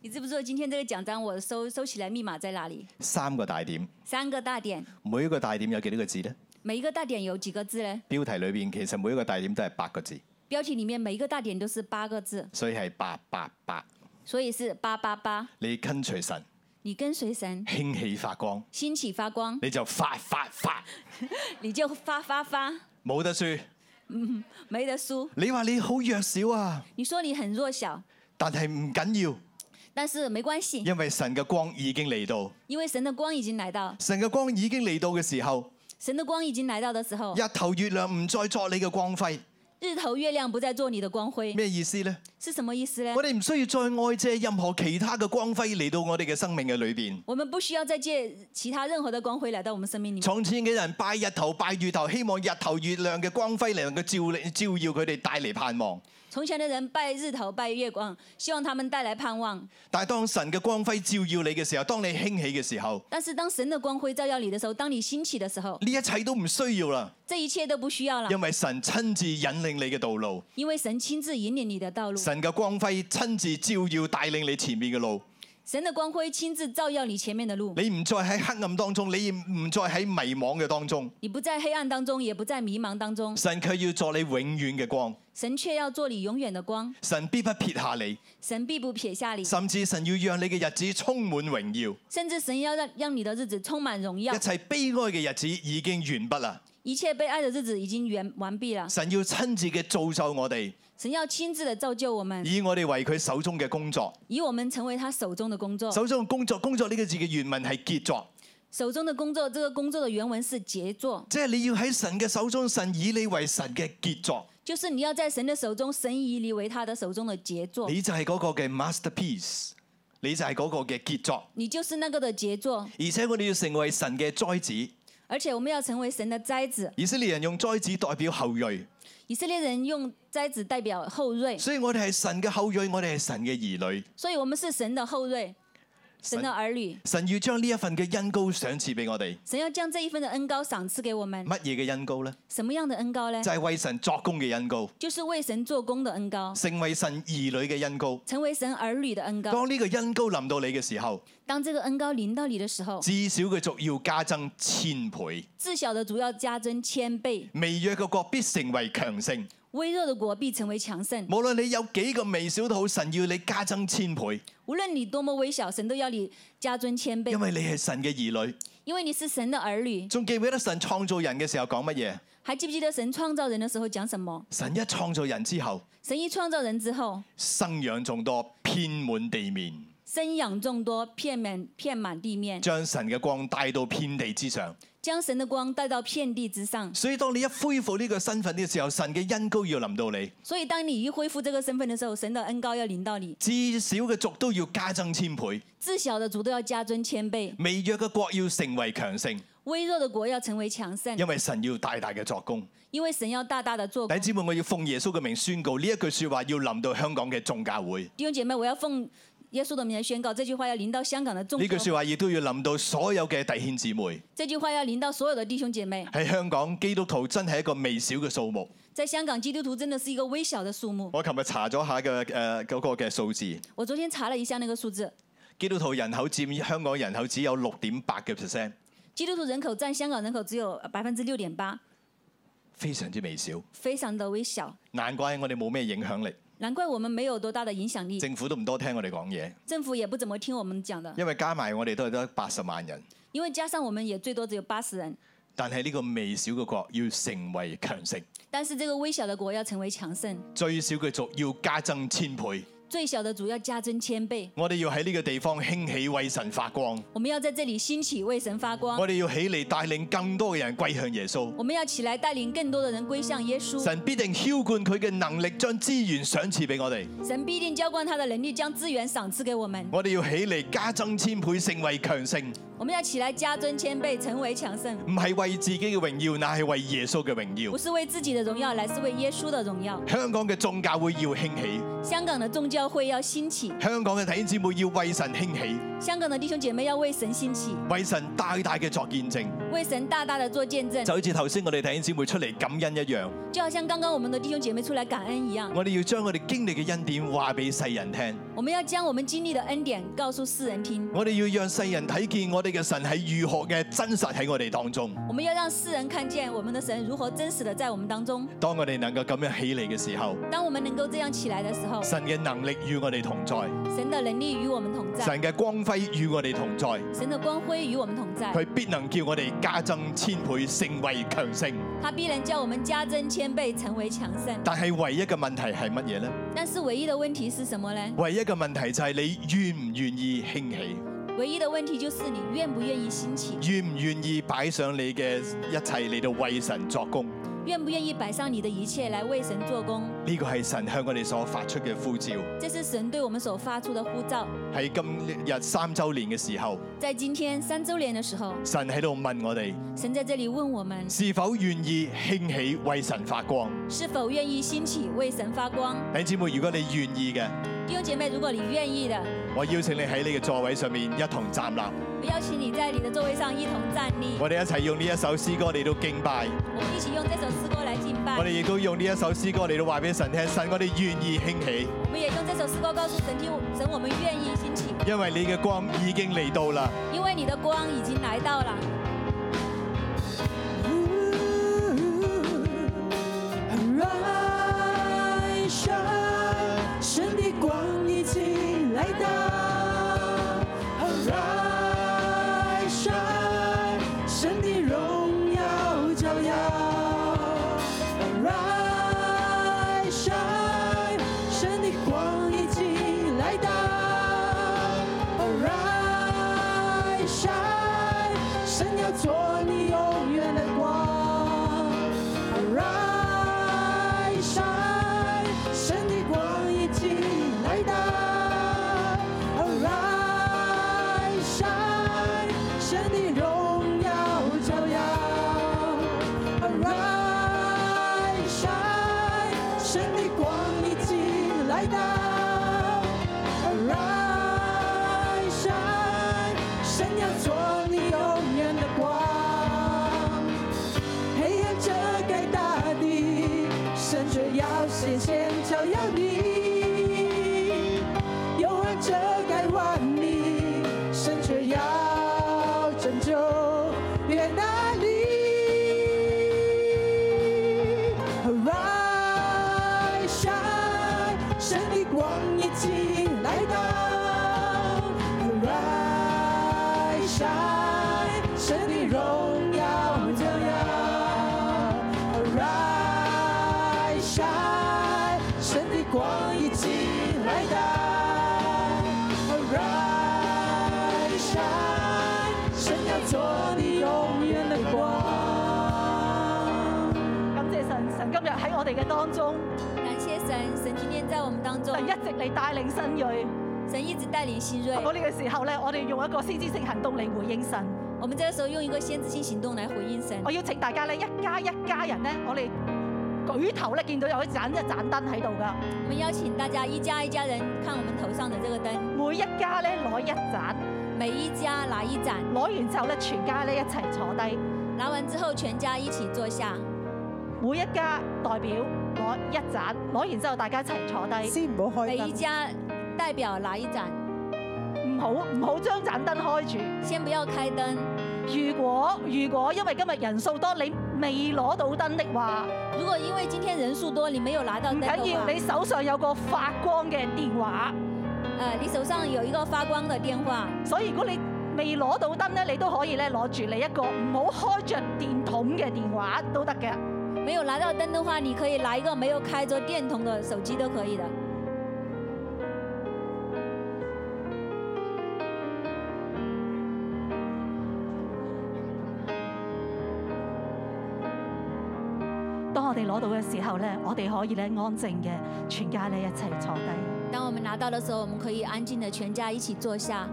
Speaker 2: 你知不知道今天这个奖章我收收起来密码在哪里？
Speaker 1: 三個大點，
Speaker 2: 三个大点，
Speaker 1: 每一個大點有幾多個字呢？
Speaker 2: 每一个大点有几个字呢？
Speaker 1: 標題裏邊其實每一個大點都係八個字，
Speaker 2: 标题里面每一个大点都是八个字，
Speaker 1: 所以係八八八。
Speaker 2: 所以是八八八。
Speaker 1: 你跟隨神
Speaker 2: 你跟随神
Speaker 1: 興起發光，
Speaker 2: 兴起发光，
Speaker 1: 你就發發發，
Speaker 2: 你就发发发，
Speaker 1: 冇得輸。
Speaker 2: 没得输。
Speaker 1: 你話你好弱小啊，
Speaker 2: 你说你很弱小，
Speaker 1: 但係唔緊
Speaker 2: 但是没关系
Speaker 1: 要，，因為神嘅光已經嚟到。
Speaker 2: 因为神的光已经来到。
Speaker 1: 神嘅光已經嚟到嘅時候，
Speaker 2: 神的光已经来到的时候，
Speaker 1: 日頭月亮唔再作你嘅光輝，
Speaker 2: 日头月亮不再做你的光辉，
Speaker 1: 咩意思呢？
Speaker 2: 是什么意思呢
Speaker 1: 我？哋唔需要再愛借任何其他嘅光輝嚟到我哋嘅生命嘅裏邊。
Speaker 2: 我们不需要再借其他任何的光辉来到我们生命里面。
Speaker 1: 從前嘅人拜日頭拜月頭，希望日頭月亮嘅光輝能夠照照耀佢哋，帶嚟盼望。
Speaker 2: 从前的人拜日头拜月光，希望他们带来盼望；
Speaker 1: 但係當神嘅光輝照耀你嘅時候，當你興起嘅時候，
Speaker 2: 但是当神的光辉照耀你的时候，当你兴起的时候，
Speaker 1: 呢一切都唔需要啦，
Speaker 2: 这一切都不需要了，
Speaker 1: 因為神親自引領你嘅道路，
Speaker 2: 因为神亲自引领你的道路，
Speaker 1: 神嘅光輝親自照耀帶領你前面嘅路。
Speaker 2: 神的光辉亲自照耀你前面的路。
Speaker 1: 你唔再喺黑暗當中，你唔再喺迷惘嘅當中，
Speaker 2: 你不在黑暗当中，也不在迷茫当中，
Speaker 1: 神卻要作你永遠嘅光，
Speaker 2: 神却要做你永远的光，
Speaker 1: 神必不撇下你，
Speaker 2: 神必不撇下你，
Speaker 1: 甚至神要讓你嘅日子充滿榮
Speaker 2: 甚至神要让让你的日子充满荣耀
Speaker 1: 耀，一。切悲哀嘅日子已經完畢啦。
Speaker 2: 一切悲哀的日子已经圆完毕了，
Speaker 1: 神要親自嘅造就我哋，
Speaker 2: 神要亲自的造就我们，
Speaker 1: 以我哋為佢手中嘅工作。
Speaker 2: 以我们成为他手中的工作。
Speaker 1: 手中嘅工作，工作呢個字嘅原文係傑作，
Speaker 2: 手中的工作，这个工作的原文是杰作，
Speaker 1: 即係你要喺神嘅手中，神以你為神嘅傑作，
Speaker 2: 就是你要在神的手中，神以你为他的手中的杰作，
Speaker 1: 你就係嗰個嘅 masterpiece，你就係嗰個嘅傑作。
Speaker 2: 你就是那个的杰作。
Speaker 1: 而且我哋要成為神嘅栽子。
Speaker 2: 而且我们要成为神的栽子。
Speaker 1: 以色列人用栽子代表後裔，
Speaker 2: 以色列人用栽子代表后裔，
Speaker 1: 所以我哋係神嘅後裔，我哋係神嘅兒女。
Speaker 2: 所以我们是神的后裔。神的儿女，
Speaker 1: 神要將呢一份嘅恩高賞賜俾我哋。
Speaker 2: 神要将这一份的恩高赏赐给我们。
Speaker 1: 乜嘢嘅恩高呢？
Speaker 2: 什么样的恩高呢
Speaker 1: 就？係為神作工嘅恩高，
Speaker 2: 就是为神做工的恩高，
Speaker 1: 成為神兒女嘅恩高。
Speaker 2: 成为神儿女的恩高。
Speaker 1: 當呢個恩高臨到你嘅時候，
Speaker 2: 当这个恩高临到你的时候，
Speaker 1: 至少嘅族要加增千倍。
Speaker 2: 至小的族要加增千倍，
Speaker 1: 微弱嘅國必成為強盛。
Speaker 2: 微弱的国必成为强盛。
Speaker 1: 無論你有幾個微小都好，神要你加增千倍，
Speaker 2: 无论你多么微小，神都要你加增千倍
Speaker 1: 因，為你係神嘅兒女。
Speaker 2: 因为你是神的儿女。
Speaker 1: 仲記唔記得神創造人嘅時候講乜嘢？
Speaker 2: 还记不记得神创造人的时候讲什么？
Speaker 1: 神一創造人之後，
Speaker 2: 神一创造人之后，
Speaker 1: 生養眾多，遍滿地面，
Speaker 2: 生养众多，遍满遍满地面，
Speaker 1: 將神嘅光帶到遍地之上。
Speaker 2: 将神的光带到遍地之上。
Speaker 1: 所以當你一恢復呢個身份嘅時候，神嘅恩高要臨到你，
Speaker 2: 所以，当你一恢复这个身份的时候，神的恩高要临到你，
Speaker 1: 至少嘅族都要加增千倍，
Speaker 2: 至小的族都要加增千倍，
Speaker 1: 微弱嘅國要成為強盛，
Speaker 2: 微弱的国要成为强盛，
Speaker 1: 因為神要大大嘅作工。
Speaker 2: 因为神要大大的做
Speaker 1: 弟
Speaker 2: 工
Speaker 1: 兄。姊妹，我要奉耶穌嘅名宣告呢一句说話要臨到香港嘅眾教會，
Speaker 2: 弟兄姐妹，我要奉耶稣的名来宣告这句话，要临到香港的众
Speaker 1: 呢句
Speaker 2: 教
Speaker 1: 说話亦都要臨到所有嘅弟兄姊妹。
Speaker 2: 这句话要临到所有的弟兄姐妹。
Speaker 1: 喺香港，基督徒真係一個微小嘅數目。
Speaker 2: 在香港，基督徒真的是一个微小的数目。
Speaker 1: 我琴日查咗下嘅誒嗰個嘅數字，
Speaker 2: 我昨天查了一下那个数字，
Speaker 1: 基督徒人口佔香港人口只有六點八嘅 percent，
Speaker 2: 基督徒人口占香港人口只有百分之六点八，
Speaker 1: 非常之微小。
Speaker 2: 非常的微小。
Speaker 1: 難怪我哋冇咩影響力，
Speaker 2: 难怪我們没有多大的影响力，
Speaker 1: 政府都唔多聽我哋講嘢，
Speaker 2: 政府也不怎么聽我們講的，
Speaker 1: 因為加埋我哋都係得八十萬人。
Speaker 2: 因為加上我們也最多只有八十人。
Speaker 1: 但係呢個微小嘅國要成為強盛，
Speaker 2: 但是这個微小的國要成為強盛，
Speaker 1: 最小嘅族要加增千倍。
Speaker 2: 最小的族要加增千倍。
Speaker 1: 我哋要喺呢個地方興起為神發光，
Speaker 2: 我們要在這裡興起，為神發光
Speaker 1: 我。哋要起嚟帶領更多嘅人歸向耶穌。
Speaker 2: 我們要起來帶領更多的人歸向耶穌。
Speaker 1: 神必定浇灌佢嘅能力，將資源賞賜俾我哋。
Speaker 2: 神必定浇灌他的能力，將資源賞賜給我們。
Speaker 1: 我哋要起嚟加增千倍，成為強盛，
Speaker 2: 我們要起來加增千倍，成為強盛。
Speaker 1: 唔係為自己嘅榮耀，乃係為耶穌嘅榮
Speaker 2: 不
Speaker 1: 耀。
Speaker 2: 是為自己的榮耀，乃是為耶穌的榮耀。
Speaker 1: 香港嘅眾教會要興起，
Speaker 2: 香港的眾教會要興起，
Speaker 1: 香港嘅弟兄姊妹要為神興起，
Speaker 2: 香港的弟兄姐妹要為神興起，
Speaker 1: 為神大大嘅作見證。
Speaker 2: 為神大大的做見證
Speaker 1: 就。好似頭先我哋弟兄姊妹出嚟感恩一樣，
Speaker 2: 就好像剛剛我們的弟兄姐妹出來感恩一樣，
Speaker 1: 我哋要將我哋經歷嘅恩典話俾世人聽。
Speaker 2: 我們要將我們經歷的恩典告訴世人聽，
Speaker 1: 我哋要讓世人睇見我哋嘅神係如何嘅真實喺我哋當中。
Speaker 2: 我們要讓世人看見我們的神如何真實的在我們當中。
Speaker 1: 當我哋能夠咁樣起嚟嘅時候，
Speaker 2: 當我們能夠這樣起來的時候，
Speaker 1: 神嘅能力與我哋同在，
Speaker 2: 神的能力與我們同在，
Speaker 1: 神嘅光輝與我哋同在。
Speaker 2: 神的光輝與我們同在，
Speaker 1: 佢必能叫我哋加增千倍，成為強盛。
Speaker 2: 他必然叫我們加增千倍，成為強盛。
Speaker 1: 但係唯一嘅問題係乜嘢呢？
Speaker 2: 但是唯一的問題是什麼呢？
Speaker 1: 唯一嘅問題就係你願唔願意興起，
Speaker 2: 唯一的問題就是你願不願意興起，
Speaker 1: 願唔願意擺上你嘅一切嚟到為神作工？呢
Speaker 2: 願不願意擺上你的一切來為神做工。
Speaker 1: 個係神向我哋所發出嘅呼召。
Speaker 2: 這是神對我們所發出的呼召。
Speaker 1: 喺今日三週年嘅時候，
Speaker 2: 在今天三周年的時候，
Speaker 1: 神喺度問我哋
Speaker 2: 神在這裡問我們。
Speaker 1: 是否願意興起為神發光。
Speaker 2: 是否願意興起為神發光？
Speaker 1: 弟兄姊妹，如果你願意嘅，
Speaker 2: 弟兄姐妹，如果你願意的，
Speaker 1: 我邀請你喺你嘅座位上面一同站立，
Speaker 2: 我邀請你在你的座位上一同站立，
Speaker 1: 我哋一齊用呢一首詩歌嚟到敬拜。
Speaker 2: 我們一起用這首詩歌來敬拜
Speaker 1: 我。哋亦都用呢一首詩歌嚟到話俾神聽，神我哋願意興起，
Speaker 2: 我們也用這首詩歌告訴神聽，神我們願意興起，
Speaker 1: 因為你嘅光已經嚟到啦。
Speaker 2: 因為你的光已經來到了。
Speaker 4: Arise, shine，神的光已经来到。Arise, shine，神的荣耀照耀。Arise, shine，神的光已经来到。Arise, shine，神要做你永远的光。Arise, shine，神的光已经来到。Arise, shine，神的荣耀照耀。Arise, shine，神的光已经来到。Arise, shine。做你永远的光。黑暗遮盖大地，神却要显现照耀你。幽暗遮盖万民，神却要拯救远那里。Arise, shine，神的光已经来到。Arise, shine，神的荣耀将要。Arise, shine，神的光已经来到。Arise, shine，神要做你永远的光。
Speaker 5: 感謝神，神今日喺我哋嘅當中，
Speaker 2: 感谢神，神今天在我们当中
Speaker 5: 神，一直嚟帶領新锐。
Speaker 2: 神一直带领新锐。
Speaker 5: 我呢個時候咧，我哋用一個先知性行動嚟回應神。
Speaker 2: 我们这个时候用一个先知性行动来回应神
Speaker 5: 我。邀請大家咧，一家一家人咧，我哋舉頭咧，見到有一盞一盞燈喺度噶，
Speaker 2: 我们邀请大家一家一家人看我们頭上的這個燈，
Speaker 5: 每一家咧攞一盞，
Speaker 2: 每一家拿一盞，
Speaker 5: 攞完之後咧，全家咧一齊坐低，
Speaker 2: 拿完之後全家一起坐下，
Speaker 5: 每一家代表攞一盞，攞完之後大家一齊坐低。
Speaker 4: 先唔好開
Speaker 2: 每
Speaker 4: 燈
Speaker 2: 一。家代表拿一盞，
Speaker 5: 唔好唔好將盞燈開住。
Speaker 2: 先不要開燈。
Speaker 5: 如果如果因為今日人數多，你未攞到燈的話，
Speaker 2: 如果因為今天人數多，你沒有拿到燈
Speaker 5: 唔緊
Speaker 2: 的
Speaker 5: 要，
Speaker 2: 話，
Speaker 5: 你手上有個發光嘅電話，
Speaker 2: 呃，你手上有一個發光的電話，
Speaker 5: 所以如果你未攞到燈咧，你都可以咧攞住你一個唔好開着電筒嘅電話都得嘅。
Speaker 2: 沒有拿到燈的話，你可以拿一個沒有開着電筒的手機都可以的。
Speaker 5: 當我哋攞到嘅時候咧，我哋可以咧安靜嘅全家咧一齊坐低。
Speaker 2: 當我們拿到的時候，我們可以安靜的全家一起坐下。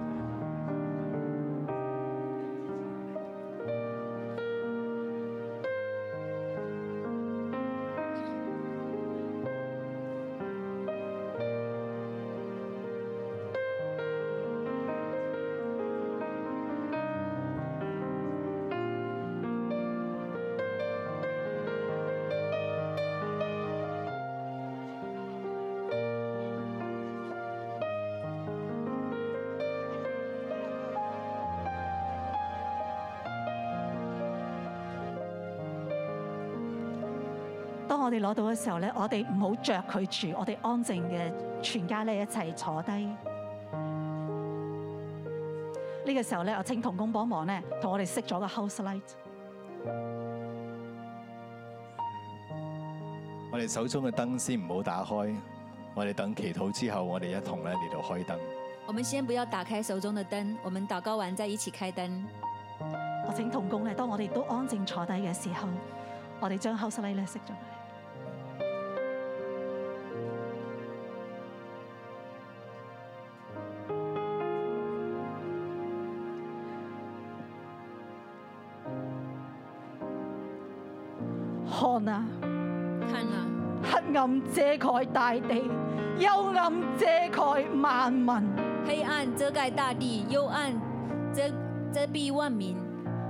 Speaker 5: 當我哋攞到嘅時候咧，我哋唔好着佢住，我哋安靜嘅全家咧一齊坐低。呢、個時候咧，我請童工幫忙咧，同我哋熄咗個 house light。
Speaker 1: 我哋手中嘅燈先唔好打開，我哋等祈禱之後，我哋一同咧嚟到開燈。
Speaker 2: 我們先不要打開手中的燈，我們禱告完再一起開燈。
Speaker 5: 我請童工咧，當我哋都安靜坐低嘅時候，我哋將 house light 咧熄咗佢。看啊！
Speaker 2: 看啊！
Speaker 5: 黑暗遮蓋大地，幽暗遮蓋萬民。
Speaker 2: 黑暗遮盖大地，幽暗遮遮蔽万民。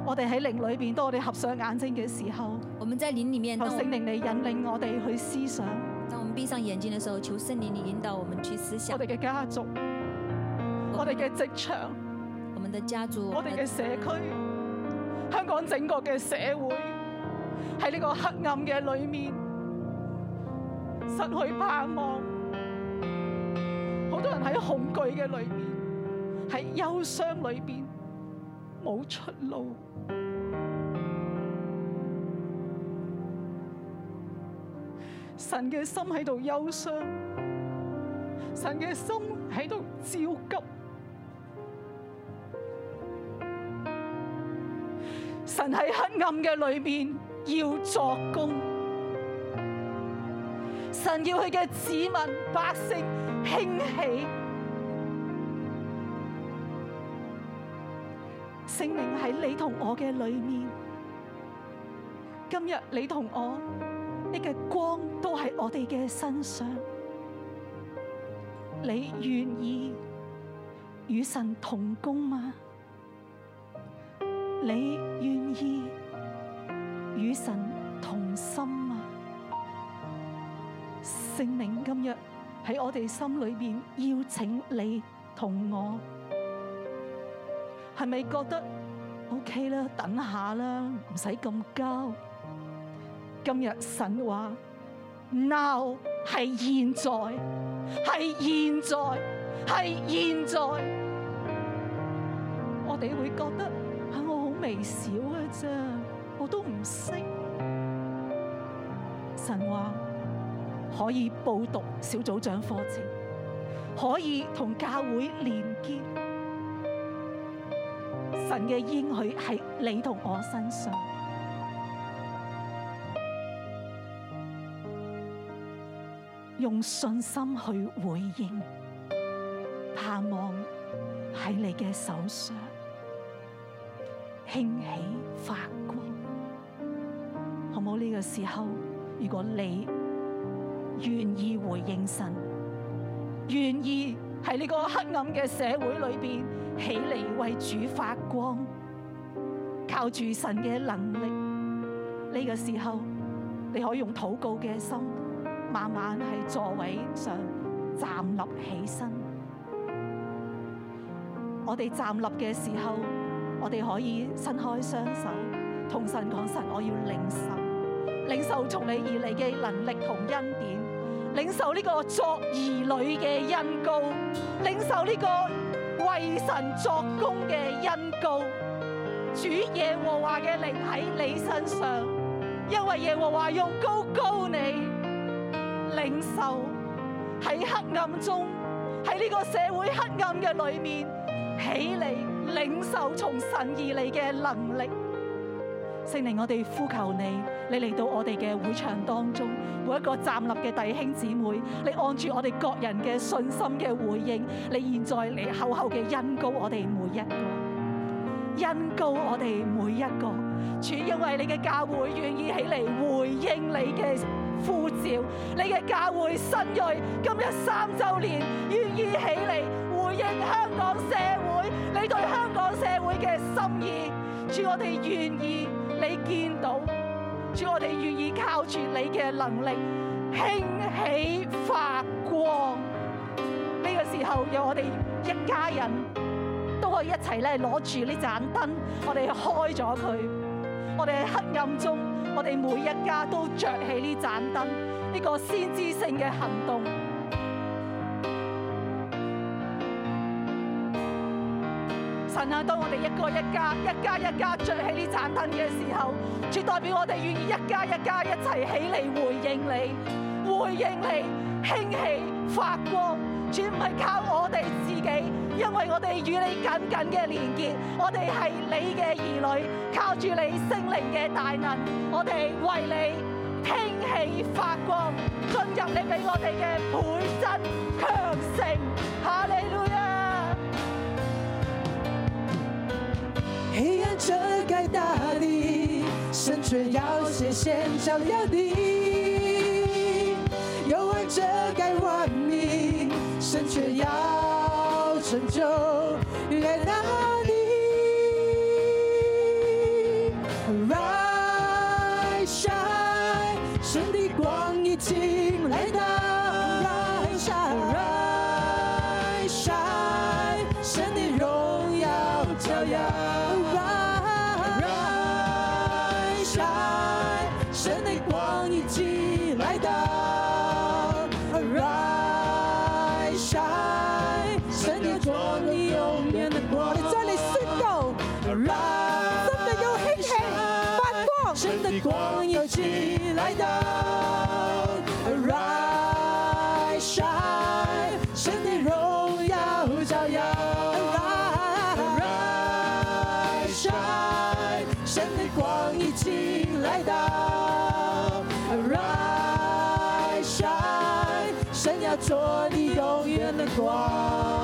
Speaker 5: 我哋喺靈裏邊，當我哋合上眼睛嘅時候，
Speaker 2: 我们在林里面，
Speaker 5: 求
Speaker 2: 当我
Speaker 5: 聖
Speaker 2: 们
Speaker 5: 靈你引領我哋去思想
Speaker 2: 当我们闭上眼睛的时候，求圣灵你引导我们去思想
Speaker 5: 我哋嘅家族、我哋嘅職場、
Speaker 2: 我们的家族，
Speaker 5: 我哋嘅
Speaker 2: 的
Speaker 5: 社區、香港整個嘅社會，喺呢個黑暗嘅裏面失去盼望，好多人喺恐懼嘅裏面，喺憂傷裏邊冇出路。神嘅心喺度憂傷，神嘅心喺度焦急。神喺黑暗嘅裏面要作工，神要佢嘅子民百姓興起。聖靈喺你同我嘅裏面，今日你同我，你嘅光都喺我哋嘅身上。你願意與神同工嗎？你願意與神同心啊？聖靈今日喺我哋心裏邊邀請你同我，係咪覺得 OK 啦？等下啦，唔使咁急。今日神話 now 係現在，係現在，係現在。我哋會覺得啊，我好微小嘅啫，我都唔識。神話可以報讀小組長課程，可以同教會連結。神嘅應許喺你同我身上。用信心去回應，盼望喺你嘅手上興起發光，好冇？呢個時候，如果你願意回應神，願意喺呢個黑暗嘅社會裏邊起嚟為主發光，靠住神嘅能力，呢個時候你可以用禱告嘅心。慢慢喺座位上站立起身。我哋站立嘅時候，我哋可以伸開雙手，同神講：神，我要領受，領受從你而嚟嘅能力同恩典，領受呢個作兒女嘅恩膏，領受呢個為神作工嘅恩膏。主耶和華嘅靈喺你身上，因為耶和華用膏膏你。領受喺黑暗中，喺呢個社會黑暗嘅裏面起嚟領受從神而嚟嘅能力。聖靈，我哋呼求你，你嚟到我哋嘅會場當中，每一個站立嘅弟兄姊妹，你按住我哋各人嘅信心嘅回應，你現在你厚厚嘅恩膏我哋每一個。恩膏我哋每一個，主，因為你嘅教會願意起嚟回應你嘅呼召，你嘅教會新銳今日三週年願意起嚟回應香港社會，你對香港社會嘅心意，主，我哋願意你見到，主，我哋願意靠住你嘅能力興起發光。呢個時候，有我哋一家人。都可以一齊咧攞住呢盞燈，我哋開咗佢。我哋喺黑暗中，我哋每一家都着起呢盞燈，呢個先知性嘅行動。神啊，當我哋一個一家、一家一家着起呢盞燈嘅時候，絕代表我哋願意一家一家一齊起嚟回應你，回應你興起發光，絕唔係靠我哋自己。因為我哋與你緊緊嘅連結，我哋係你嘅兒女，靠住你聖靈嘅大能，我哋為你興起發光，進入你俾我哋嘅倍增強盛，哈利路亞！
Speaker 4: 黑暗遮蓋大地，神卻要顯现照耀你。幽暗遮盖万民，神却要成就与爱大地。Rise shine，神的光已经来到。Rise shine，Rise shine，神的荣耀照耀。Rise shine，神的光已经来到。Rise shine，神的光你永远的光。你再嚟宣告，真的要兴起发光，神的光已经来到。Rise shine，神的荣耀照耀。Rise shine，神的光已经来到。Rise shine，神要做你永远的光。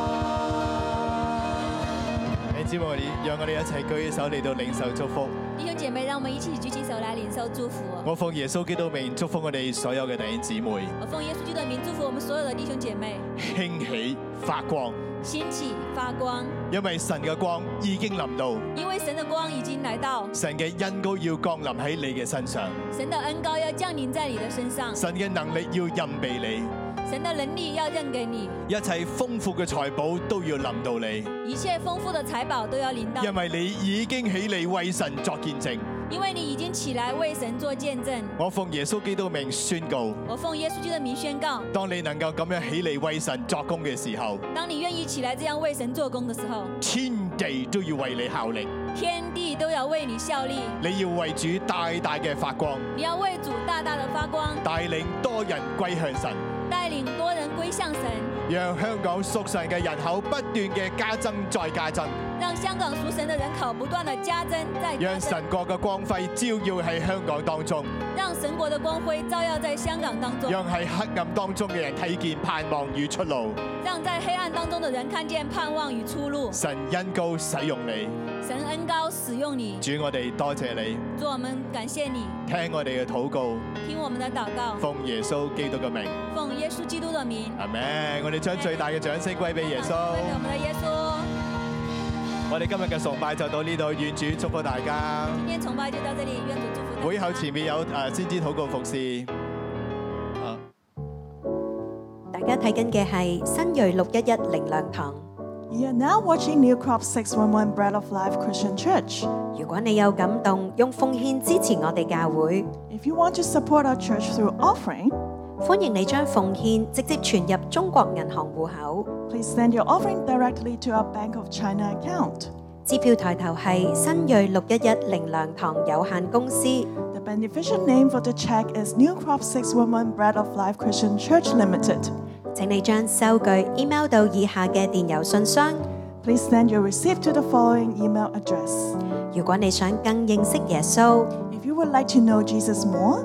Speaker 1: 你自姊妹，你讓我哋一齊舉起手嚟到領受祝福。
Speaker 2: 弟兄姐妹，让我们一起举起手来领受祝福。
Speaker 1: 我奉耶穌基督名祝福我哋所有嘅弟兄姊妹，
Speaker 2: 我奉耶稣基督的名祝福我们所有的弟兄姐妹，
Speaker 1: 興起發光，
Speaker 2: 兴起发光，
Speaker 1: 因為神嘅光已經臨到，
Speaker 2: 因为神的光已经来到，
Speaker 1: 神嘅恩膏要降臨喺你嘅身上，
Speaker 2: 神的恩膏要降临在你的身上，
Speaker 1: 神嘅能力要任備你，
Speaker 2: 神的能力要认给你，
Speaker 1: 一切豐富嘅財寶都要臨到你，
Speaker 2: 一切丰富的财宝都要临到，
Speaker 1: 因為你已經起嚟為神作見證。
Speaker 2: 因为你已经起来为神做见证。
Speaker 1: 我奉耶穌基督名宣告，
Speaker 2: 我奉耶稣基督的名宣告，
Speaker 1: 當你能夠咁樣起嚟為神作工嘅時候，
Speaker 2: 当你愿意起来这样为神做工的时候，
Speaker 1: 天地都要為你效力，
Speaker 2: 天地都要为你效力。
Speaker 1: 你要為主大大嘅發光，
Speaker 2: 你要为主大大的发光，
Speaker 1: 帶領多人歸向神。
Speaker 2: 带领多人归向神，
Speaker 1: 让香港属神嘅人口不断嘅加增再加增，
Speaker 2: 让香港属神的人口不断的加增再加
Speaker 1: 让
Speaker 2: 增，
Speaker 1: 神国嘅光辉照耀喺香港当中，
Speaker 2: 让神国的光辉照耀在香港当中，
Speaker 1: 让喺黑暗当中嘅人睇见盼望与出路。
Speaker 2: 让在黑暗当中的人看见盼望与出路。
Speaker 1: 神恩高使用你，
Speaker 2: 神恩高使用你，
Speaker 1: 主我哋多谢你，
Speaker 2: 主我们感谢你，
Speaker 1: 听我哋嘅祷告，
Speaker 2: 听我们的祷告，
Speaker 1: 奉耶稣基督嘅名，
Speaker 2: 奉耶稣基督的名，
Speaker 1: 阿门。我哋将最大嘅掌声归俾耶稣。
Speaker 2: 归给我们的耶稣。
Speaker 1: 我哋今日嘅崇拜就到呢度，愿主祝福大家。
Speaker 2: 今天崇拜就到这里，愿主祝福大家。
Speaker 1: 会后前面有诶先知祷告服侍。啊
Speaker 6: 大家睇緊嘅係新锐六一一靈糧堂。
Speaker 7: You're now watching New Crop 611 Bread of Life Christian Church.
Speaker 6: 如果你有感動，用奉獻支持我哋教會，
Speaker 7: If you want to support our church through offering,
Speaker 6: 歡迎你將奉獻直接存入中國銀行户口。
Speaker 7: please send your offering directly to our Bank of China account.
Speaker 6: 支票抬頭係新锐六一一靈糧堂有限公司，
Speaker 7: The beneficial name for the check is New Crop 611 Bread of Life Christian Church Limited.
Speaker 6: 請你將收據 email 到以下嘅電郵信箱。
Speaker 7: Please send your receipt to the following email address.
Speaker 6: 如果你想更認識耶穌，
Speaker 7: If you would like to know Jesus more,